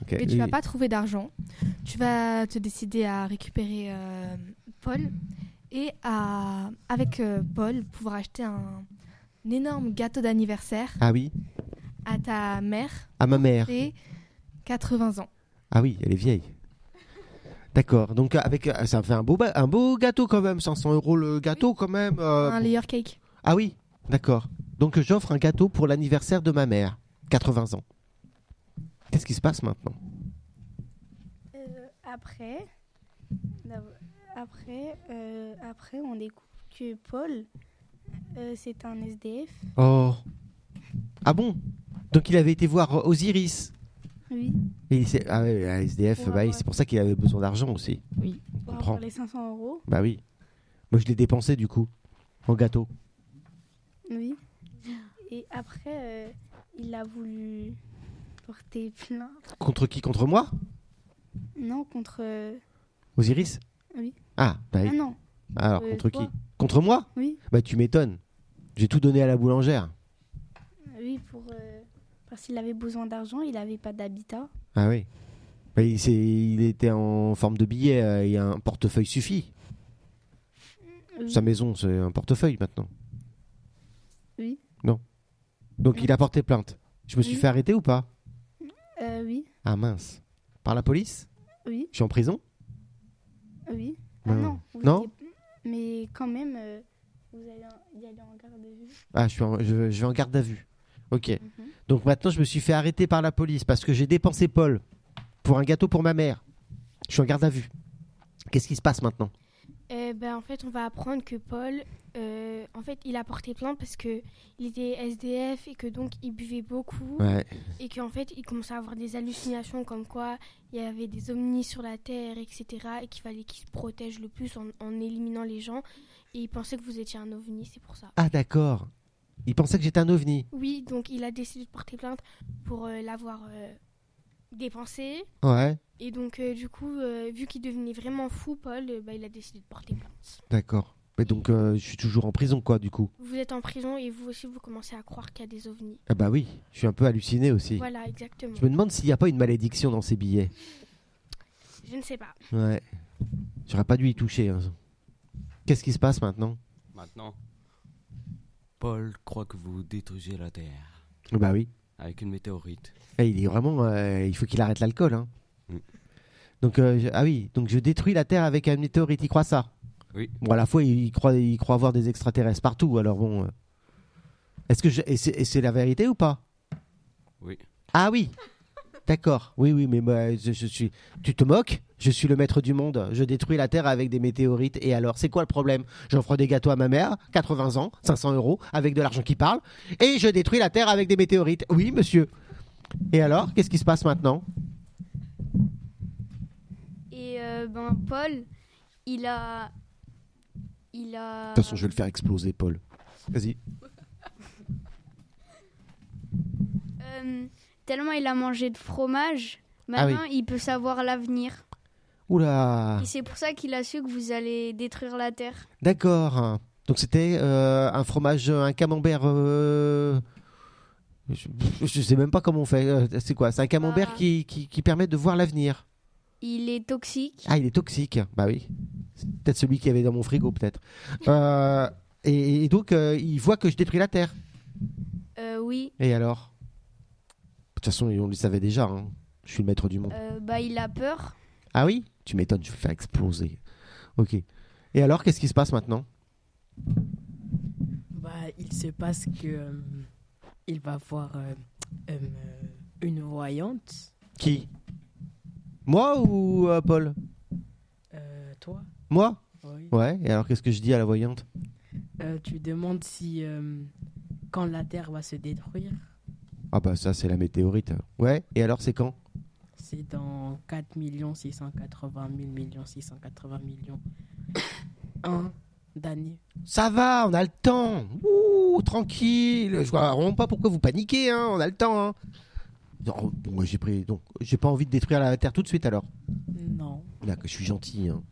Speaker 4: ok.
Speaker 5: mais tu
Speaker 4: Oui.
Speaker 5: vas pas trouver d'argent. Tu vas te décider à récupérer euh, Paul et à, avec euh, Paul, pouvoir acheter un, un énorme gâteau d'anniversaire
Speaker 4: Ah oui,
Speaker 5: à ta mère
Speaker 4: à ma mère.
Speaker 5: et 80 ans.
Speaker 4: Ah oui, elle est vieille. D'accord, donc euh, avec euh, ça fait un beau, ba- un beau gâteau quand même, 500 euros le gâteau quand même. euh,
Speaker 5: un layer cake.
Speaker 4: Ah oui, d'accord. Donc j'offre un gâteau pour l'anniversaire de ma mère, 80 ans. Qu'est-ce qui se passe maintenant
Speaker 7: Euh, après, d'av- après, euh, après, on découvre que Paul, euh, c'est un SDF.
Speaker 4: Oh. Ah bon Donc il avait été voir Osiris.
Speaker 7: Oui.
Speaker 4: Et il s'est- ah ouais, un SDF,
Speaker 7: Ouais,
Speaker 4: bah oui,
Speaker 7: ouais.
Speaker 4: c'est pour ça qu'il avait besoin d'argent aussi.
Speaker 2: Oui.
Speaker 4: On
Speaker 7: Pour
Speaker 4: comprend.
Speaker 7: avoir les 500 euros.
Speaker 4: Bah oui. Moi, je l'ai dépensé du coup, en gâteau.
Speaker 7: Oui. Et après, euh, il a voulu porter plainte.
Speaker 4: Contre qui Contre moi
Speaker 7: Non, contre. euh,
Speaker 4: Osiris
Speaker 7: Oui.
Speaker 4: Ah, bah oui.
Speaker 7: Ah non.
Speaker 4: Alors,
Speaker 7: euh,
Speaker 4: contre
Speaker 7: toi.
Speaker 4: qui Contre moi
Speaker 7: Oui.
Speaker 4: Bah tu m'étonnes. J'ai tout donné à la boulangère.
Speaker 7: Oui, pour. euh, parce qu'il avait besoin d'argent, il n'avait pas d'habitat.
Speaker 4: Ah oui. Bah, il, s'est- il était en forme de billet, euh, et un portefeuille suffit.
Speaker 7: Oui.
Speaker 4: Sa maison, c'est un portefeuille maintenant.
Speaker 7: Oui.
Speaker 4: Non. Donc
Speaker 7: Non.
Speaker 4: il a porté plainte. Je me suis
Speaker 7: Oui.
Speaker 4: fait arrêter ou pas
Speaker 7: Euh, oui,
Speaker 4: Ah mince. Par la police
Speaker 7: oui,
Speaker 4: Je suis en prison
Speaker 7: oui.
Speaker 4: Non.
Speaker 7: Ah non. vous
Speaker 4: Non
Speaker 7: étiez- Mais quand même, euh, vous allez en- y aller en garde de vue.
Speaker 4: Ah, je, suis en- je, je vais en garde à vue. Ok.
Speaker 7: Mhm.
Speaker 4: Donc maintenant, je me suis fait arrêter par la police parce que j'ai dépensé Paul pour un gâteau pour ma mère. Je suis en garde à vue. Qu'est-ce qui se passe maintenant
Speaker 6: Eh ben, en fait, on va apprendre que Paul, euh, en fait, il a porté plainte parce que il était SDF et que donc il buvait beaucoup
Speaker 4: Ouais.
Speaker 6: et qu'en fait, il commençait à avoir des hallucinations comme quoi il y avait des omnis sur la terre, etc. et qu'il fallait qu'il se protège le plus en, en éliminant les gens. Et il pensait que vous étiez un ovni, c'est pour ça.
Speaker 4: Ah, d'accord. Il pensait que j'étais un ovni.
Speaker 6: Oui, donc il a décidé de porter plainte pour euh, l'avoir euh, dépensé.
Speaker 4: Ouais.
Speaker 6: Et donc, euh, du coup, euh, vu qu'il devenait vraiment fou, Paul, euh, bah, il a décidé de porter plainte.
Speaker 4: D'accord. Mais donc, euh, je suis toujours en prison, quoi, du coup
Speaker 6: Vous êtes en prison et vous aussi, vous commencez à croire qu'il y a des ovnis.
Speaker 4: Ah, bah oui. Je suis un peu halluciné aussi.
Speaker 6: Voilà, exactement.
Speaker 4: Je me demande s'il n'y a pas une malédiction dans ces billets.
Speaker 6: Je ne sais pas.
Speaker 4: Ouais. J'aurais pas dû y toucher. hein. Qu'est-ce qui se passe maintenant
Speaker 8: Maintenant, Paul croit que vous détruisez la Terre.
Speaker 4: Bah oui.
Speaker 8: avec une météorite.
Speaker 4: Eh, il est vraiment, euh, il faut qu'il arrête l'alcool. hein.
Speaker 8: Mm.
Speaker 4: Donc euh, je- ah oui, donc je détruis la Terre avec un météorite. Il croit ça.
Speaker 8: Oui.
Speaker 4: Bon, à la fois, il croit, il croit voir des extraterrestres partout. Alors bon, euh. est-ce que je- et c'est et c'est la vérité ou pas
Speaker 8: Oui.
Speaker 4: Ah oui. D'accord. Oui, oui, mais bah, je, je suis. Tu te moques Je suis le maître du monde. Je détruis la Terre avec des météorites. Et alors, c'est quoi le problème J'offre des gâteaux à ma mère, 80 ans, 500 euros, avec de l'argent qui parle, et je détruis la Terre avec des météorites. Oui, monsieur. Et alors, qu'est-ce qui se passe maintenant
Speaker 10: Et euh, ben Paul, il a, il a.
Speaker 4: De toute façon, je vais le faire exploser, Paul. Vas-y.
Speaker 10: Euh, tellement il a mangé de fromage, maintenant il peut savoir l'avenir.
Speaker 4: Oula.
Speaker 10: Et c'est pour ça qu'il a su que vous allez détruire la Terre.
Speaker 4: D'accord. Donc c'était euh, un fromage, euh, un camembert. euh, Je, je sais même pas comment on fait. Euh, C'est quoi C'est un camembert
Speaker 10: Bah.
Speaker 4: qui, qui, qui permet de voir l'avenir.
Speaker 10: Il est toxique.
Speaker 4: Ah, il est toxique. Bah oui. C'est peut-être celui qu'il y avait dans mon frigo, peut-être. Euh, et, et donc, euh, il voit que je détruis la Terre.
Speaker 10: Euh, oui.
Speaker 4: Et alors De toute façon, on le savait déjà. hein. Je suis le maître du monde.
Speaker 10: Euh, bah il a peur.
Speaker 4: Ah oui Tu m'étonnes, je vais le faire exploser. Ok. Et alors, qu'est-ce qui se passe maintenant
Speaker 9: Bah, il se passe que euh, il va voir euh, euh, une voyante.
Speaker 4: Qui Moi ou euh, Paul
Speaker 9: Euh, toi,
Speaker 4: Moi
Speaker 9: oui.
Speaker 4: Ouais, et alors qu'est-ce que je dis à la voyante
Speaker 9: Euh, tu demandes si euh, quand la Terre va se détruire,
Speaker 4: Ah bah ça c'est la météorite. Ouais, et alors c'est quand
Speaker 9: c'est dans 4 680 000 680 millions. Un d'années.
Speaker 4: Ça va, on a le temps Ouh, tranquille Je vois vraiment pas pourquoi vous paniquez, hein, on a le temps, hein Non, bon, moi, j'ai pris... Donc, j'ai pas envie de détruire la Terre tout de suite alors.
Speaker 9: Non.
Speaker 4: Là, que je suis gentil, hein.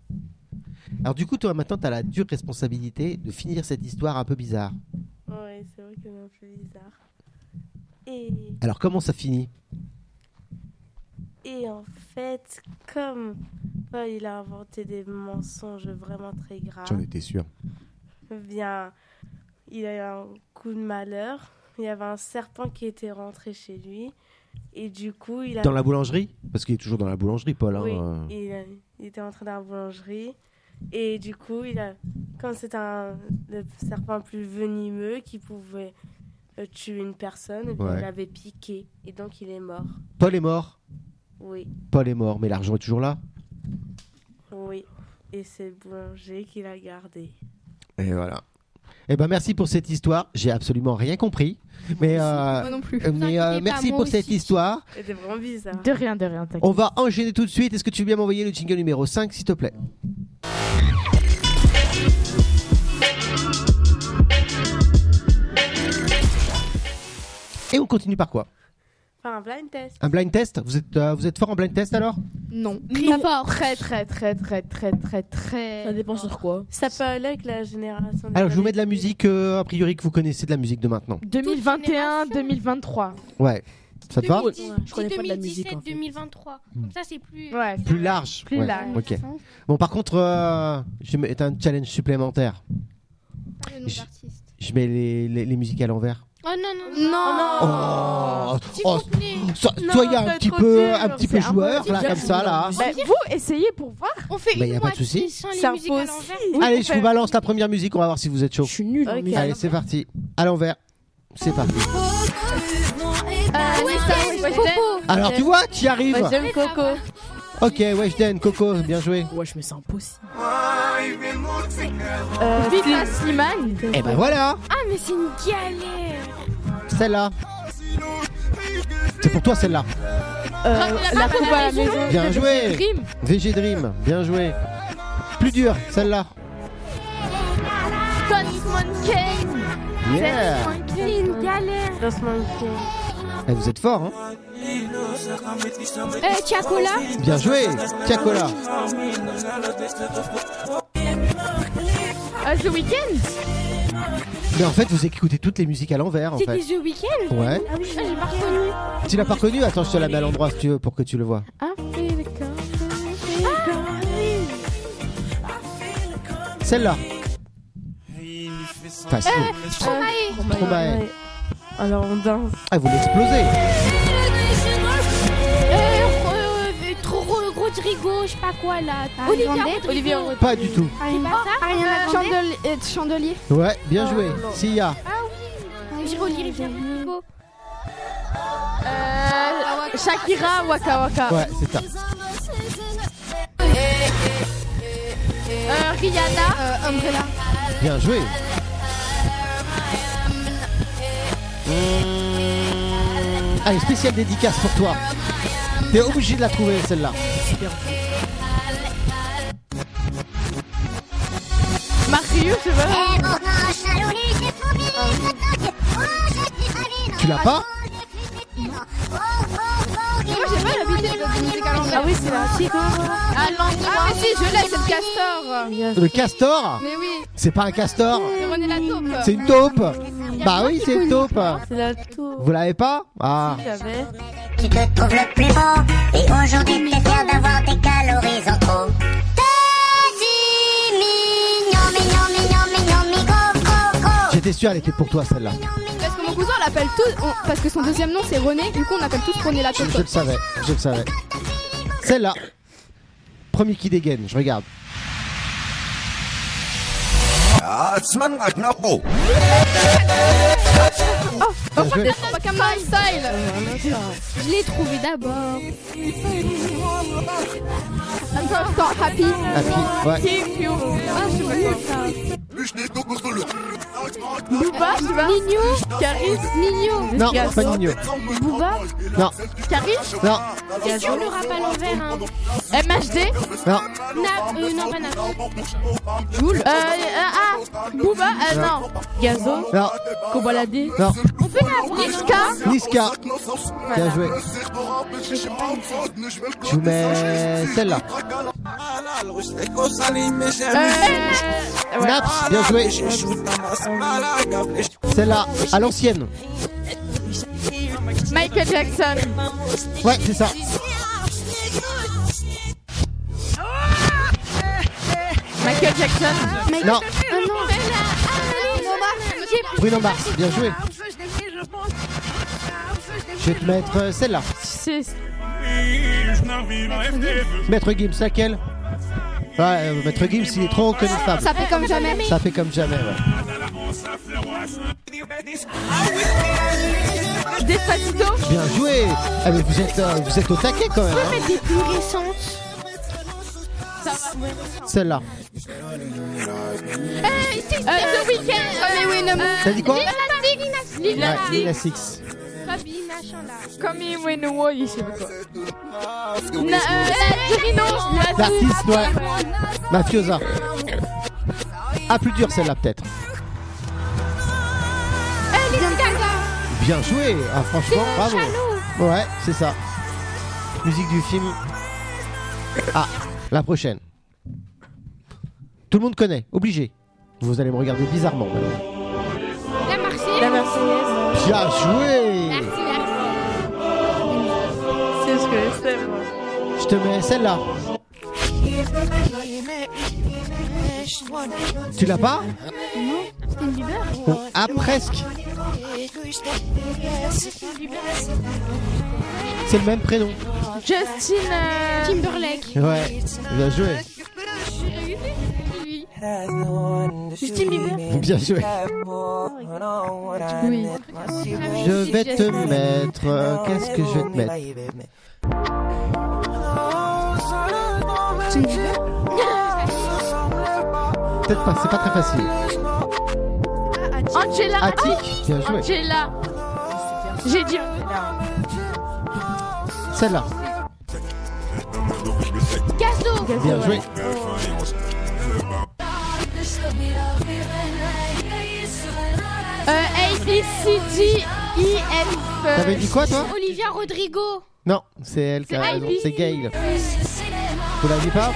Speaker 4: Alors du coup, toi maintenant, t'as la dure responsabilité de finir cette histoire un peu bizarre.
Speaker 1: Ouais, c'est vrai que c'est un peu bizarre. Et,
Speaker 4: Alors comment ça finit
Speaker 1: et en fait, comme Paul il a inventé des mensonges vraiment très graves,
Speaker 4: Ah. étais sûr.
Speaker 1: bien, il a eu un coup de malheur. Il y avait un serpent qui était rentré chez lui. Et du coup, il a.
Speaker 4: Dans la boulangerie Parce qu'il est toujours dans la boulangerie, Paul. hein,
Speaker 1: Oui,
Speaker 4: euh.
Speaker 1: il, a- il était entré dans la boulangerie. Et du coup, il a, comme c'est un le serpent plus venimeux qui pouvait euh, tuer une personne, eh bien,
Speaker 4: Ouais.
Speaker 1: il l'avait piqué. Et donc, il est mort.
Speaker 4: Paul est mort.
Speaker 1: Oui,
Speaker 4: Paul est mort, mais l'argent est toujours là.
Speaker 1: oui. Et c'est le boulanger qui l'a gardé.
Speaker 4: Et voilà. Eh ben merci pour cette histoire. J'ai absolument rien compris, mais euh,
Speaker 3: Moi non plus.
Speaker 4: euh, mais, euh,
Speaker 5: inquiétez pas,
Speaker 4: merci
Speaker 5: moi
Speaker 4: pour cette
Speaker 5: aussi.
Speaker 4: histoire.
Speaker 1: C'était vraiment bizarre.
Speaker 2: De rien, de rien, t'inquiète.
Speaker 4: On va enchaîner tout de suite. Est-ce que tu veux bien m'envoyer le jingle numéro 5 s'il te plaît Et on continue par quoi
Speaker 1: Enfin, un blind test.
Speaker 4: Un blind test Vous êtes euh, vous êtes fort en blind test alors
Speaker 3: Non.
Speaker 2: Très, très, très, très, très, très, très.
Speaker 9: Ça dépend sur quoi
Speaker 1: Ça peut aller avec la génération. des
Speaker 4: Alors je vous
Speaker 1: années
Speaker 4: mets de la
Speaker 1: 2000.
Speaker 4: musique euh, a priori que vous connaissez de la musique de maintenant.
Speaker 2: 2021, 2023.
Speaker 4: Ouais. Ça te va
Speaker 9: Ouais,
Speaker 6: Je
Speaker 9: Je connais pas de la musique.
Speaker 6: 2017,
Speaker 9: en fait.
Speaker 6: 2023.
Speaker 4: Hmm.
Speaker 6: Comme ça, c'est plus.
Speaker 2: Ouais.
Speaker 4: Plus large.
Speaker 2: Plus
Speaker 4: Ouais.
Speaker 2: large.
Speaker 4: Ok. Bon par contre, euh, je vais mettre un challenge supplémentaire.
Speaker 7: Pas le nom
Speaker 4: Je-
Speaker 7: d'artiste.
Speaker 4: Je mets les, les, les musiques à l'envers.
Speaker 6: Oh non, non, non.
Speaker 3: Non.
Speaker 4: Oh,
Speaker 6: Petit
Speaker 4: oh,
Speaker 6: contenu.
Speaker 4: so-
Speaker 2: Non,
Speaker 4: soyez un
Speaker 2: c'est
Speaker 4: petit
Speaker 2: trop
Speaker 4: peu,
Speaker 2: dur,
Speaker 4: un petit
Speaker 2: c'est
Speaker 4: peu
Speaker 2: impossible.
Speaker 4: joueur, là,
Speaker 9: Bien
Speaker 4: comme
Speaker 9: sûr,
Speaker 4: ça,
Speaker 9: non,
Speaker 4: là.
Speaker 9: mais-
Speaker 2: Bah, vous, essayez pour voir.
Speaker 6: On fait
Speaker 4: Bah, y
Speaker 6: une
Speaker 4: a pas de
Speaker 6: moitié
Speaker 4: souci.
Speaker 6: sans
Speaker 1: C'est
Speaker 6: les
Speaker 1: un
Speaker 6: musiques
Speaker 1: faux
Speaker 6: à l'envers.
Speaker 1: signe.
Speaker 4: Allez, je vous balance la première musique, on va voir si vous êtes chaud.
Speaker 9: Je suis nul. en
Speaker 1: Ok.
Speaker 9: musique.
Speaker 4: Allez, c'est parti. À l'envers. C'est parti.
Speaker 1: Ah
Speaker 4: Alors, tu vois, tu y arrives.
Speaker 1: J'aime Coco.
Speaker 4: Ok, Weshden, Coco, bien joué.
Speaker 9: Ouais, je me sens impossible.
Speaker 2: Euh, Slim- Slimane.
Speaker 4: Et ben voilà,
Speaker 6: Ah, mais c'est une galère.
Speaker 4: celle-là. C'est pour toi, celle-là. euh,
Speaker 2: la coupe à la maison.
Speaker 4: Bien
Speaker 2: de
Speaker 4: joué.
Speaker 2: Jesse Dream.
Speaker 4: VG Dream, bien joué. Plus dur, celle-là. Yeah.
Speaker 6: C'est une galère.
Speaker 1: Dans ce moment
Speaker 4: Eh, vous êtes fort, hein
Speaker 5: Euh, Tiakola
Speaker 4: Bien joué. Tiakola.
Speaker 2: Euh, The Weeknd.
Speaker 4: Mais en fait, vous écoutez toutes les musiques à l'envers, en
Speaker 6: C'était
Speaker 4: fait.
Speaker 6: The Weeknd.
Speaker 4: Ouais.
Speaker 6: Ah oui, j'ai pas reconnu.
Speaker 4: Tu l'as pas reconnu Attends, je te la mets à l'endroit si tu veux pour que tu le vois.
Speaker 6: Ah,
Speaker 4: Ah. Celle-là. Facile.
Speaker 5: Stromae
Speaker 6: Euh,
Speaker 4: Stromae.
Speaker 1: Alors on danse.
Speaker 4: Ah, vous l'explosez
Speaker 6: Euh, trop euh, Rodrigo, je sais pas quoi là.
Speaker 4: Ah,
Speaker 6: Olivia Rodrigo.
Speaker 11: Olivier Rodrigo.
Speaker 4: Pas du tout.
Speaker 6: C'est pas
Speaker 11: hein
Speaker 6: ça
Speaker 7: Ariana Grande
Speaker 3: Ah, Chandelier, euh, chandelier. Ah, oh.
Speaker 4: Ouais, bien joué.
Speaker 1: Ah,
Speaker 4: Sia.
Speaker 6: J'irai Olivia Rodrigo.
Speaker 11: Euh, Shakira Waka Waka.
Speaker 4: Ouais, c'est ça.
Speaker 11: Euh, Rihanna.
Speaker 4: Bien joué. Mmh. Allez, spéciale dédicace pour toi. T'es obligé de la trouver celle-là.
Speaker 11: Mario, Eh, oh, je sais pas. Oh,
Speaker 4: Tu l'as pas
Speaker 1: Ah,
Speaker 3: Moi, j'ai pas l'habitude de musique à l'envers.
Speaker 1: Ah oui, c'est la chic.
Speaker 3: hein.
Speaker 11: Ah, mais si, je l'ai, c'est le castor.
Speaker 4: Le castor
Speaker 3: Mais oui,
Speaker 4: C'est pas un castor
Speaker 3: c'est René la taupe.
Speaker 4: C'est une taupe Bah oui, c'est une taupe
Speaker 1: C'est la tour.
Speaker 4: Vous l'avez pas Ah
Speaker 1: J'avais.
Speaker 12: Tu te trouves le plus beau Et aujourd'hui t'es fier d'avoir des calories en trop T'es mignon, mignon, mignon, mignon, mignon, go, go
Speaker 4: J'étais sûr, elle était pour toi celle-là.
Speaker 3: Parce que mon cousin l'appelle tous, on- parce que son deuxième nom c'est René, du coup on appelle tous René la
Speaker 4: Je, je
Speaker 3: taupe.
Speaker 4: le savais, je le savais. Celle-là. Premier qui dégaine, je regarde. Ah,
Speaker 11: Oh,
Speaker 4: Bien joué.
Speaker 3: Waka My Style.
Speaker 11: Euh,
Speaker 13: Je l'ai trouvé d'abord.
Speaker 3: I'm so- so happy.
Speaker 4: Ah, puis, ouais.
Speaker 11: Booba, je sais pas. Mignon. Caris. Mignon.
Speaker 4: Non, pas Nino.
Speaker 11: Booba.
Speaker 4: Non,
Speaker 11: Caris.
Speaker 4: non,
Speaker 6: Sur le rap à l'envers. Hein.
Speaker 11: MHD.
Speaker 4: non.
Speaker 6: Na- euh, non, pas Nap.
Speaker 11: Joule. Euh, euh, ah. Booba. Euh, non.
Speaker 2: Gazo,
Speaker 4: Non,
Speaker 2: Kobalade,
Speaker 4: non.
Speaker 11: Niska.
Speaker 4: Niska. Bien joué. Je vous mets celle-là.
Speaker 11: Euh, ouais.
Speaker 4: Naps, bien joué.
Speaker 6: Euh,
Speaker 4: Celle-là, à l'ancienne.
Speaker 11: Michael Jackson.
Speaker 4: Ouais, c'est ça.
Speaker 11: Michael Jackson. euh,
Speaker 4: Non, Bruno Mars, bien joué.
Speaker 11: Ah,
Speaker 4: Je vais te mettre euh, celle-là.
Speaker 11: C'est
Speaker 4: Maître Gims, laquelle Ouais, euh, Maître Gims, il est trop reconnaissable.
Speaker 3: Ça fait comme jamais.
Speaker 4: Ça fait comme jamais, ouais.
Speaker 11: Despacito.
Speaker 4: Bien joué Ah, mais vous êtes, euh, vous êtes au taquet quand même. hein.
Speaker 6: Des plus récentes.
Speaker 4: Celle-là.
Speaker 11: Euh, The Weeknd.
Speaker 4: Ah,
Speaker 11: Euh,
Speaker 4: T'as dit quoi
Speaker 11: Lil
Speaker 4: Ouais,
Speaker 11: Nas
Speaker 4: Lil Nas X.
Speaker 6: Fabi, machin là.
Speaker 11: Coming when the war is over. Na- euh, Girino.
Speaker 4: L'artiste, ouais. Mafiosa. Ah, plus dur celle-là, peut-être.
Speaker 11: Euh,
Speaker 4: Bien joué Ah, franchement, bravo Ouais, c'est ça. Musique du film. Ah, la prochaine. Tout le monde connaît, obligé. Vous allez me regarder bizarrement. maintenant.
Speaker 6: La Marseillaise.
Speaker 1: La Marseillaise.
Speaker 4: Bien joué
Speaker 1: C'est ce que je sais, moi.
Speaker 4: Je te mets celle-là. Tu l'as pas Non, Ah, presque. C'est le même prénom.
Speaker 11: Justin. euh,
Speaker 6: Timberlake.
Speaker 4: Ouais, bien joué.
Speaker 6: Justin Bieber.
Speaker 4: Bien joué.
Speaker 11: Oui.
Speaker 4: Je vais te mettre. euh, Qu'est-ce que je vais te mettre Peut-être pas, c'est pas très facile.
Speaker 11: Angela. Ah
Speaker 4: Attic, bien joué.
Speaker 11: Angela. J'ai dit.
Speaker 4: Celle-là,
Speaker 6: Gazo.
Speaker 4: bien joué.
Speaker 11: Euh, A, B, C, D, E, F.
Speaker 4: T'avais dit quoi, toi
Speaker 6: Olivia Rodrigo.
Speaker 4: Non, c'est elle qui a raison,
Speaker 11: Ivy.
Speaker 4: c'est Gail. Vous la dit pas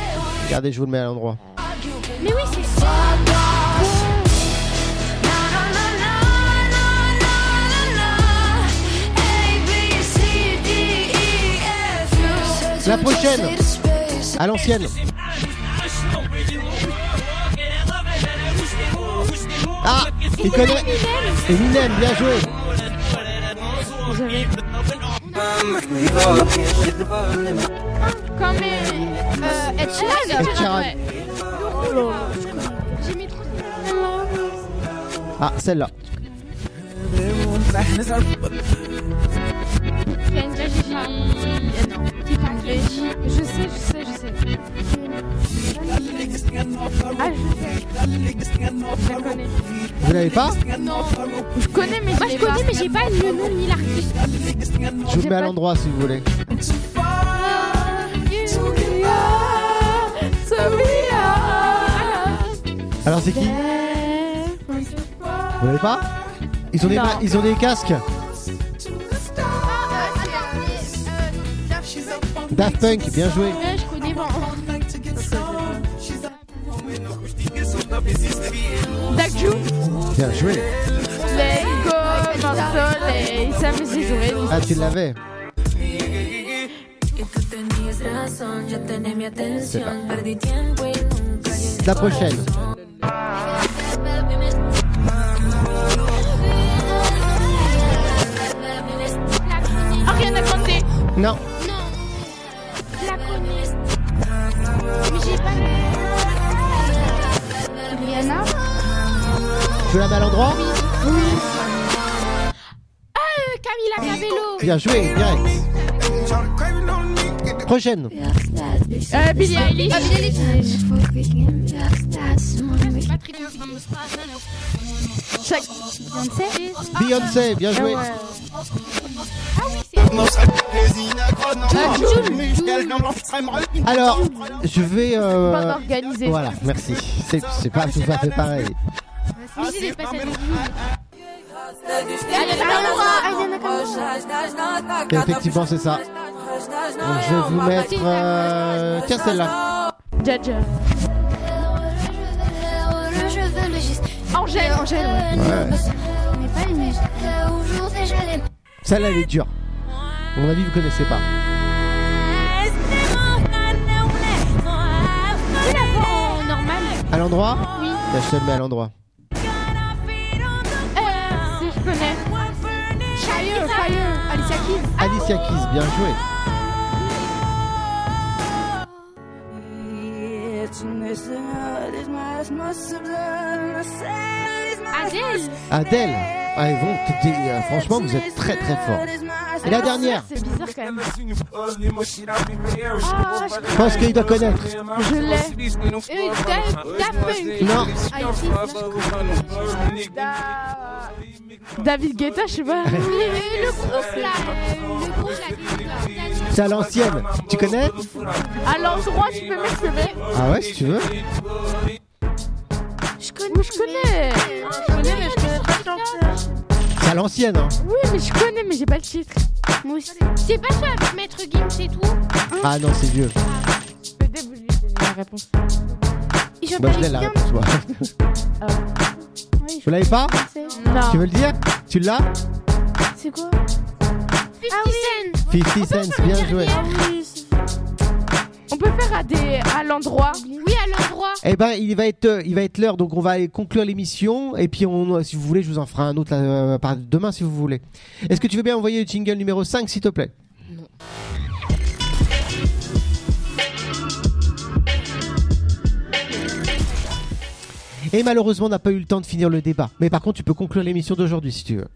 Speaker 4: Regardez, je vous le mets à l'endroit.
Speaker 6: Mais oui, c'est ça.
Speaker 4: La prochaine À l'ancienne. Ah Il connaît Eminem, bien joué
Speaker 2: j'avais.
Speaker 11: Comme euh, Ed Sheeran.
Speaker 4: Ed Sheeran.
Speaker 11: Ouais. J'ai mis trop
Speaker 4: Ah, celle-là.
Speaker 2: Je sais, je sais, je sais. Ah, je sais. Je la connais.
Speaker 4: Vous l'avez pas
Speaker 2: Non. Je connais, mais
Speaker 11: Moi, je connais, mais j'ai pas le nom ni l'artiste.
Speaker 4: Je vous le mets à l'endroit si vous voulez. Alors c'est qui Vous l'avez pas ils ont, des
Speaker 11: Non.
Speaker 4: ma- ils ont des casques Daft Punk, bien joué.
Speaker 6: Ouais, je connais pas.
Speaker 2: Dakju,
Speaker 4: Bien joué.
Speaker 2: let's go, dans le soleil, ça me ses oreilles.
Speaker 4: Ah, tu l'avais C'est pas. La prochaine.
Speaker 11: Ariana Grande.
Speaker 4: Non.
Speaker 11: Je la connais. Mais j'ai pas le Rihanna
Speaker 4: Je la mets à l'endroit
Speaker 11: Ah, euh, Camila Cabello.
Speaker 4: Bien joué, direct. Prochaine.
Speaker 11: Euh, Billie Eilish. Patrick Beyoncé. Ah
Speaker 4: Beyoncé, bien joué. Alors, je vais. euh,
Speaker 2: Pas organisé.
Speaker 4: Voilà, merci. C'est c'est pas tout à fait pareil.
Speaker 11: Mais j'ai pas ça.
Speaker 4: Et effectivement, c'est ça. Donc, je vais vous mettre. euh, Tiens, celle-là.
Speaker 2: Jaja.
Speaker 11: Angèle, Angèle, ouais.
Speaker 4: Ouais.
Speaker 11: Mais pas une Aujourd'hui, je l'ai.
Speaker 4: Celle-là, elle est dure. À mon avis, vous connaissez pas.
Speaker 11: Tu la vois en normal
Speaker 4: À l'endroit
Speaker 11: Oui.
Speaker 4: Là, je te le mets à l'endroit.
Speaker 11: Euh, si je connais. Fire, fire. Alicia Keys.
Speaker 4: Alicia Keys, bien joué.
Speaker 11: Adèle.
Speaker 4: Adèle. Ah, et bon, t'es- t'es- euh, franchement, vous êtes très très fort. Et la dernière
Speaker 2: C'est bizarre quand même.
Speaker 4: Je pense qu'il doit connaître.
Speaker 2: Je l'ai. Euh, Da- Daft Punk.
Speaker 4: Non.
Speaker 2: Ah, ici, c'est Da- David Guetta, je sais pas.
Speaker 11: Le groupe là. Le groupe là.
Speaker 4: C'est à l'ancienne. Tu connais
Speaker 2: À l'endroit, tu peux mettre le mec.
Speaker 4: Ah ouais, si tu veux.
Speaker 2: Je connais. Je connais. Je connais, mais je connais pas le chanteur.
Speaker 4: C'est à l'ancienne, hein.
Speaker 2: Oui, mais je connais, mais j'ai pas le titre.
Speaker 6: Moi aussi.
Speaker 11: C'est pas ça avec Maître Gims et tout.
Speaker 4: Ah non, c'est vieux.
Speaker 2: Peut-être vous lui donnez la réponse.
Speaker 11: Je
Speaker 4: Bah, je l'ai la réponse, moi. Vous l'avez pas
Speaker 2: Non.
Speaker 4: Tu veux le dire Tu l'as
Speaker 6: C'est quoi
Speaker 2: Ah
Speaker 11: 50 Cent.
Speaker 4: 50 Cent, bien joué.
Speaker 2: On peut faire à des à l'endroit.
Speaker 11: Oui, à l'endroit.
Speaker 4: Eh ben, il va être, euh, il va être l'heure, donc on va aller conclure l'émission. Et puis, on, euh, si vous voulez, je vous en ferai un autre là, euh, par- demain, si vous voulez. Est-ce que tu veux bien envoyer le jingle numéro 5, s'il te plaît Et malheureusement, on n'a pas eu le temps de finir le débat. Mais par contre, tu peux conclure l'émission d'aujourd'hui, si tu veux.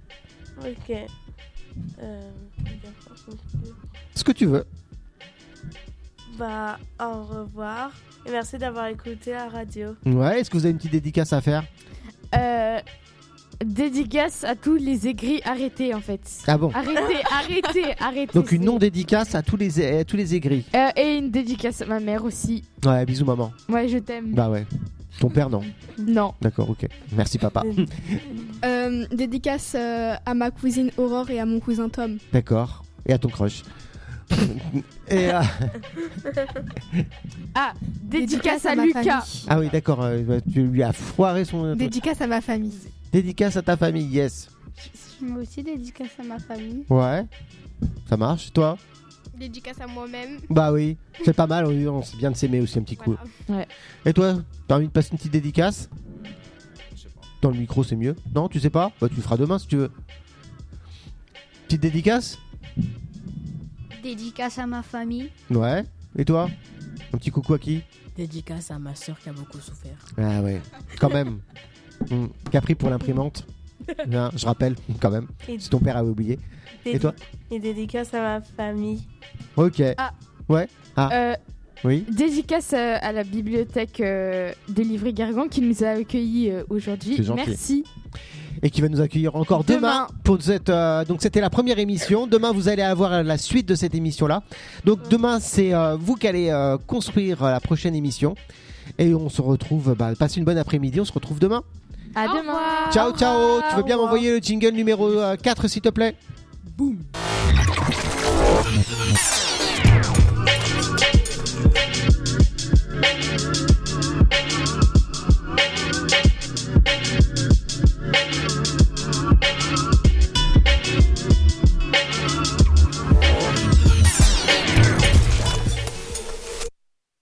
Speaker 1: Ok. Euh,
Speaker 4: Ce que tu veux.
Speaker 1: bah, au revoir. Et merci d'avoir écouté la radio.
Speaker 4: Ouais, est-ce que vous avez une petite dédicace à faire
Speaker 2: Euh, dédicace à tous les aigris arrêtés en fait.
Speaker 4: Ah bon
Speaker 2: Arrêtez, arrêtez, arrêtez.
Speaker 4: Donc, une
Speaker 2: c'est-
Speaker 4: non-dédicace à tous les, à tous les aigris.
Speaker 2: Euh, et une dédicace à ma mère aussi.
Speaker 4: Ouais, bisous, maman.
Speaker 2: Ouais, je t'aime.
Speaker 4: Bah ouais. Ton père, non.
Speaker 2: Non.
Speaker 4: D'accord, ok. Merci, papa.
Speaker 3: Euh, dédicace euh, à ma cousine Aurore et à mon cousin Tom.
Speaker 4: D'accord. Et à ton crush. Et, euh,
Speaker 2: Ah, dédicace, à,
Speaker 5: ma
Speaker 2: Lucas.
Speaker 5: famille.
Speaker 4: Ah oui, d'accord. euh, bah, tu lui as foiré son.
Speaker 5: Dédicace à ma famille.
Speaker 4: Dédicace à ta famille, yes.
Speaker 7: Je mets aussi dédicace à ma famille.
Speaker 4: Ouais. Ça marche, toi
Speaker 6: Dédicace à moi-même.
Speaker 4: Bah oui. C'est pas mal, on, on sait bien de s'aimer aussi un petit coup.
Speaker 6: Voilà.
Speaker 4: Et toi T'as envie de passer une petite dédicace Dans le micro, c'est mieux. Non, tu sais pas Bah, tu le feras demain si tu veux. Petite dédicace
Speaker 10: Dédicace à ma famille.
Speaker 4: Ouais. Et toi Un petit coucou à qui
Speaker 9: Dédicace à ma sœur qui a beaucoup souffert.
Speaker 4: Ah ouais, quand même. Mm. Qui a pris pour l'imprimante Hein, Je rappelle, quand même.
Speaker 1: Et-
Speaker 4: Si ton père avait oublié. Et
Speaker 1: Dédi-
Speaker 4: toi
Speaker 1: Et dédicace à ma famille.
Speaker 4: Ok.
Speaker 2: Ah.
Speaker 4: Ouais. Ah.
Speaker 2: Euh,
Speaker 4: Oui.
Speaker 2: Dédicace euh, à la bibliothèque euh, des Livrets Gargan qui nous a accueillis euh, aujourd'hui.
Speaker 4: C'est gentil.
Speaker 2: Merci.
Speaker 4: et qui va nous accueillir encore demain,
Speaker 2: Demain.
Speaker 4: pour cette euh, donc c'était la première émission demain vous allez avoir la suite de cette émission là donc demain c'est euh, vous qui allez euh, construire euh, la prochaine émission et on se retrouve bah, passez une bonne après-midi on se retrouve demain
Speaker 2: À demain.
Speaker 4: ciao ciao tu veux bien m'envoyer le jingle numéro euh, 4 s'il te plaît boum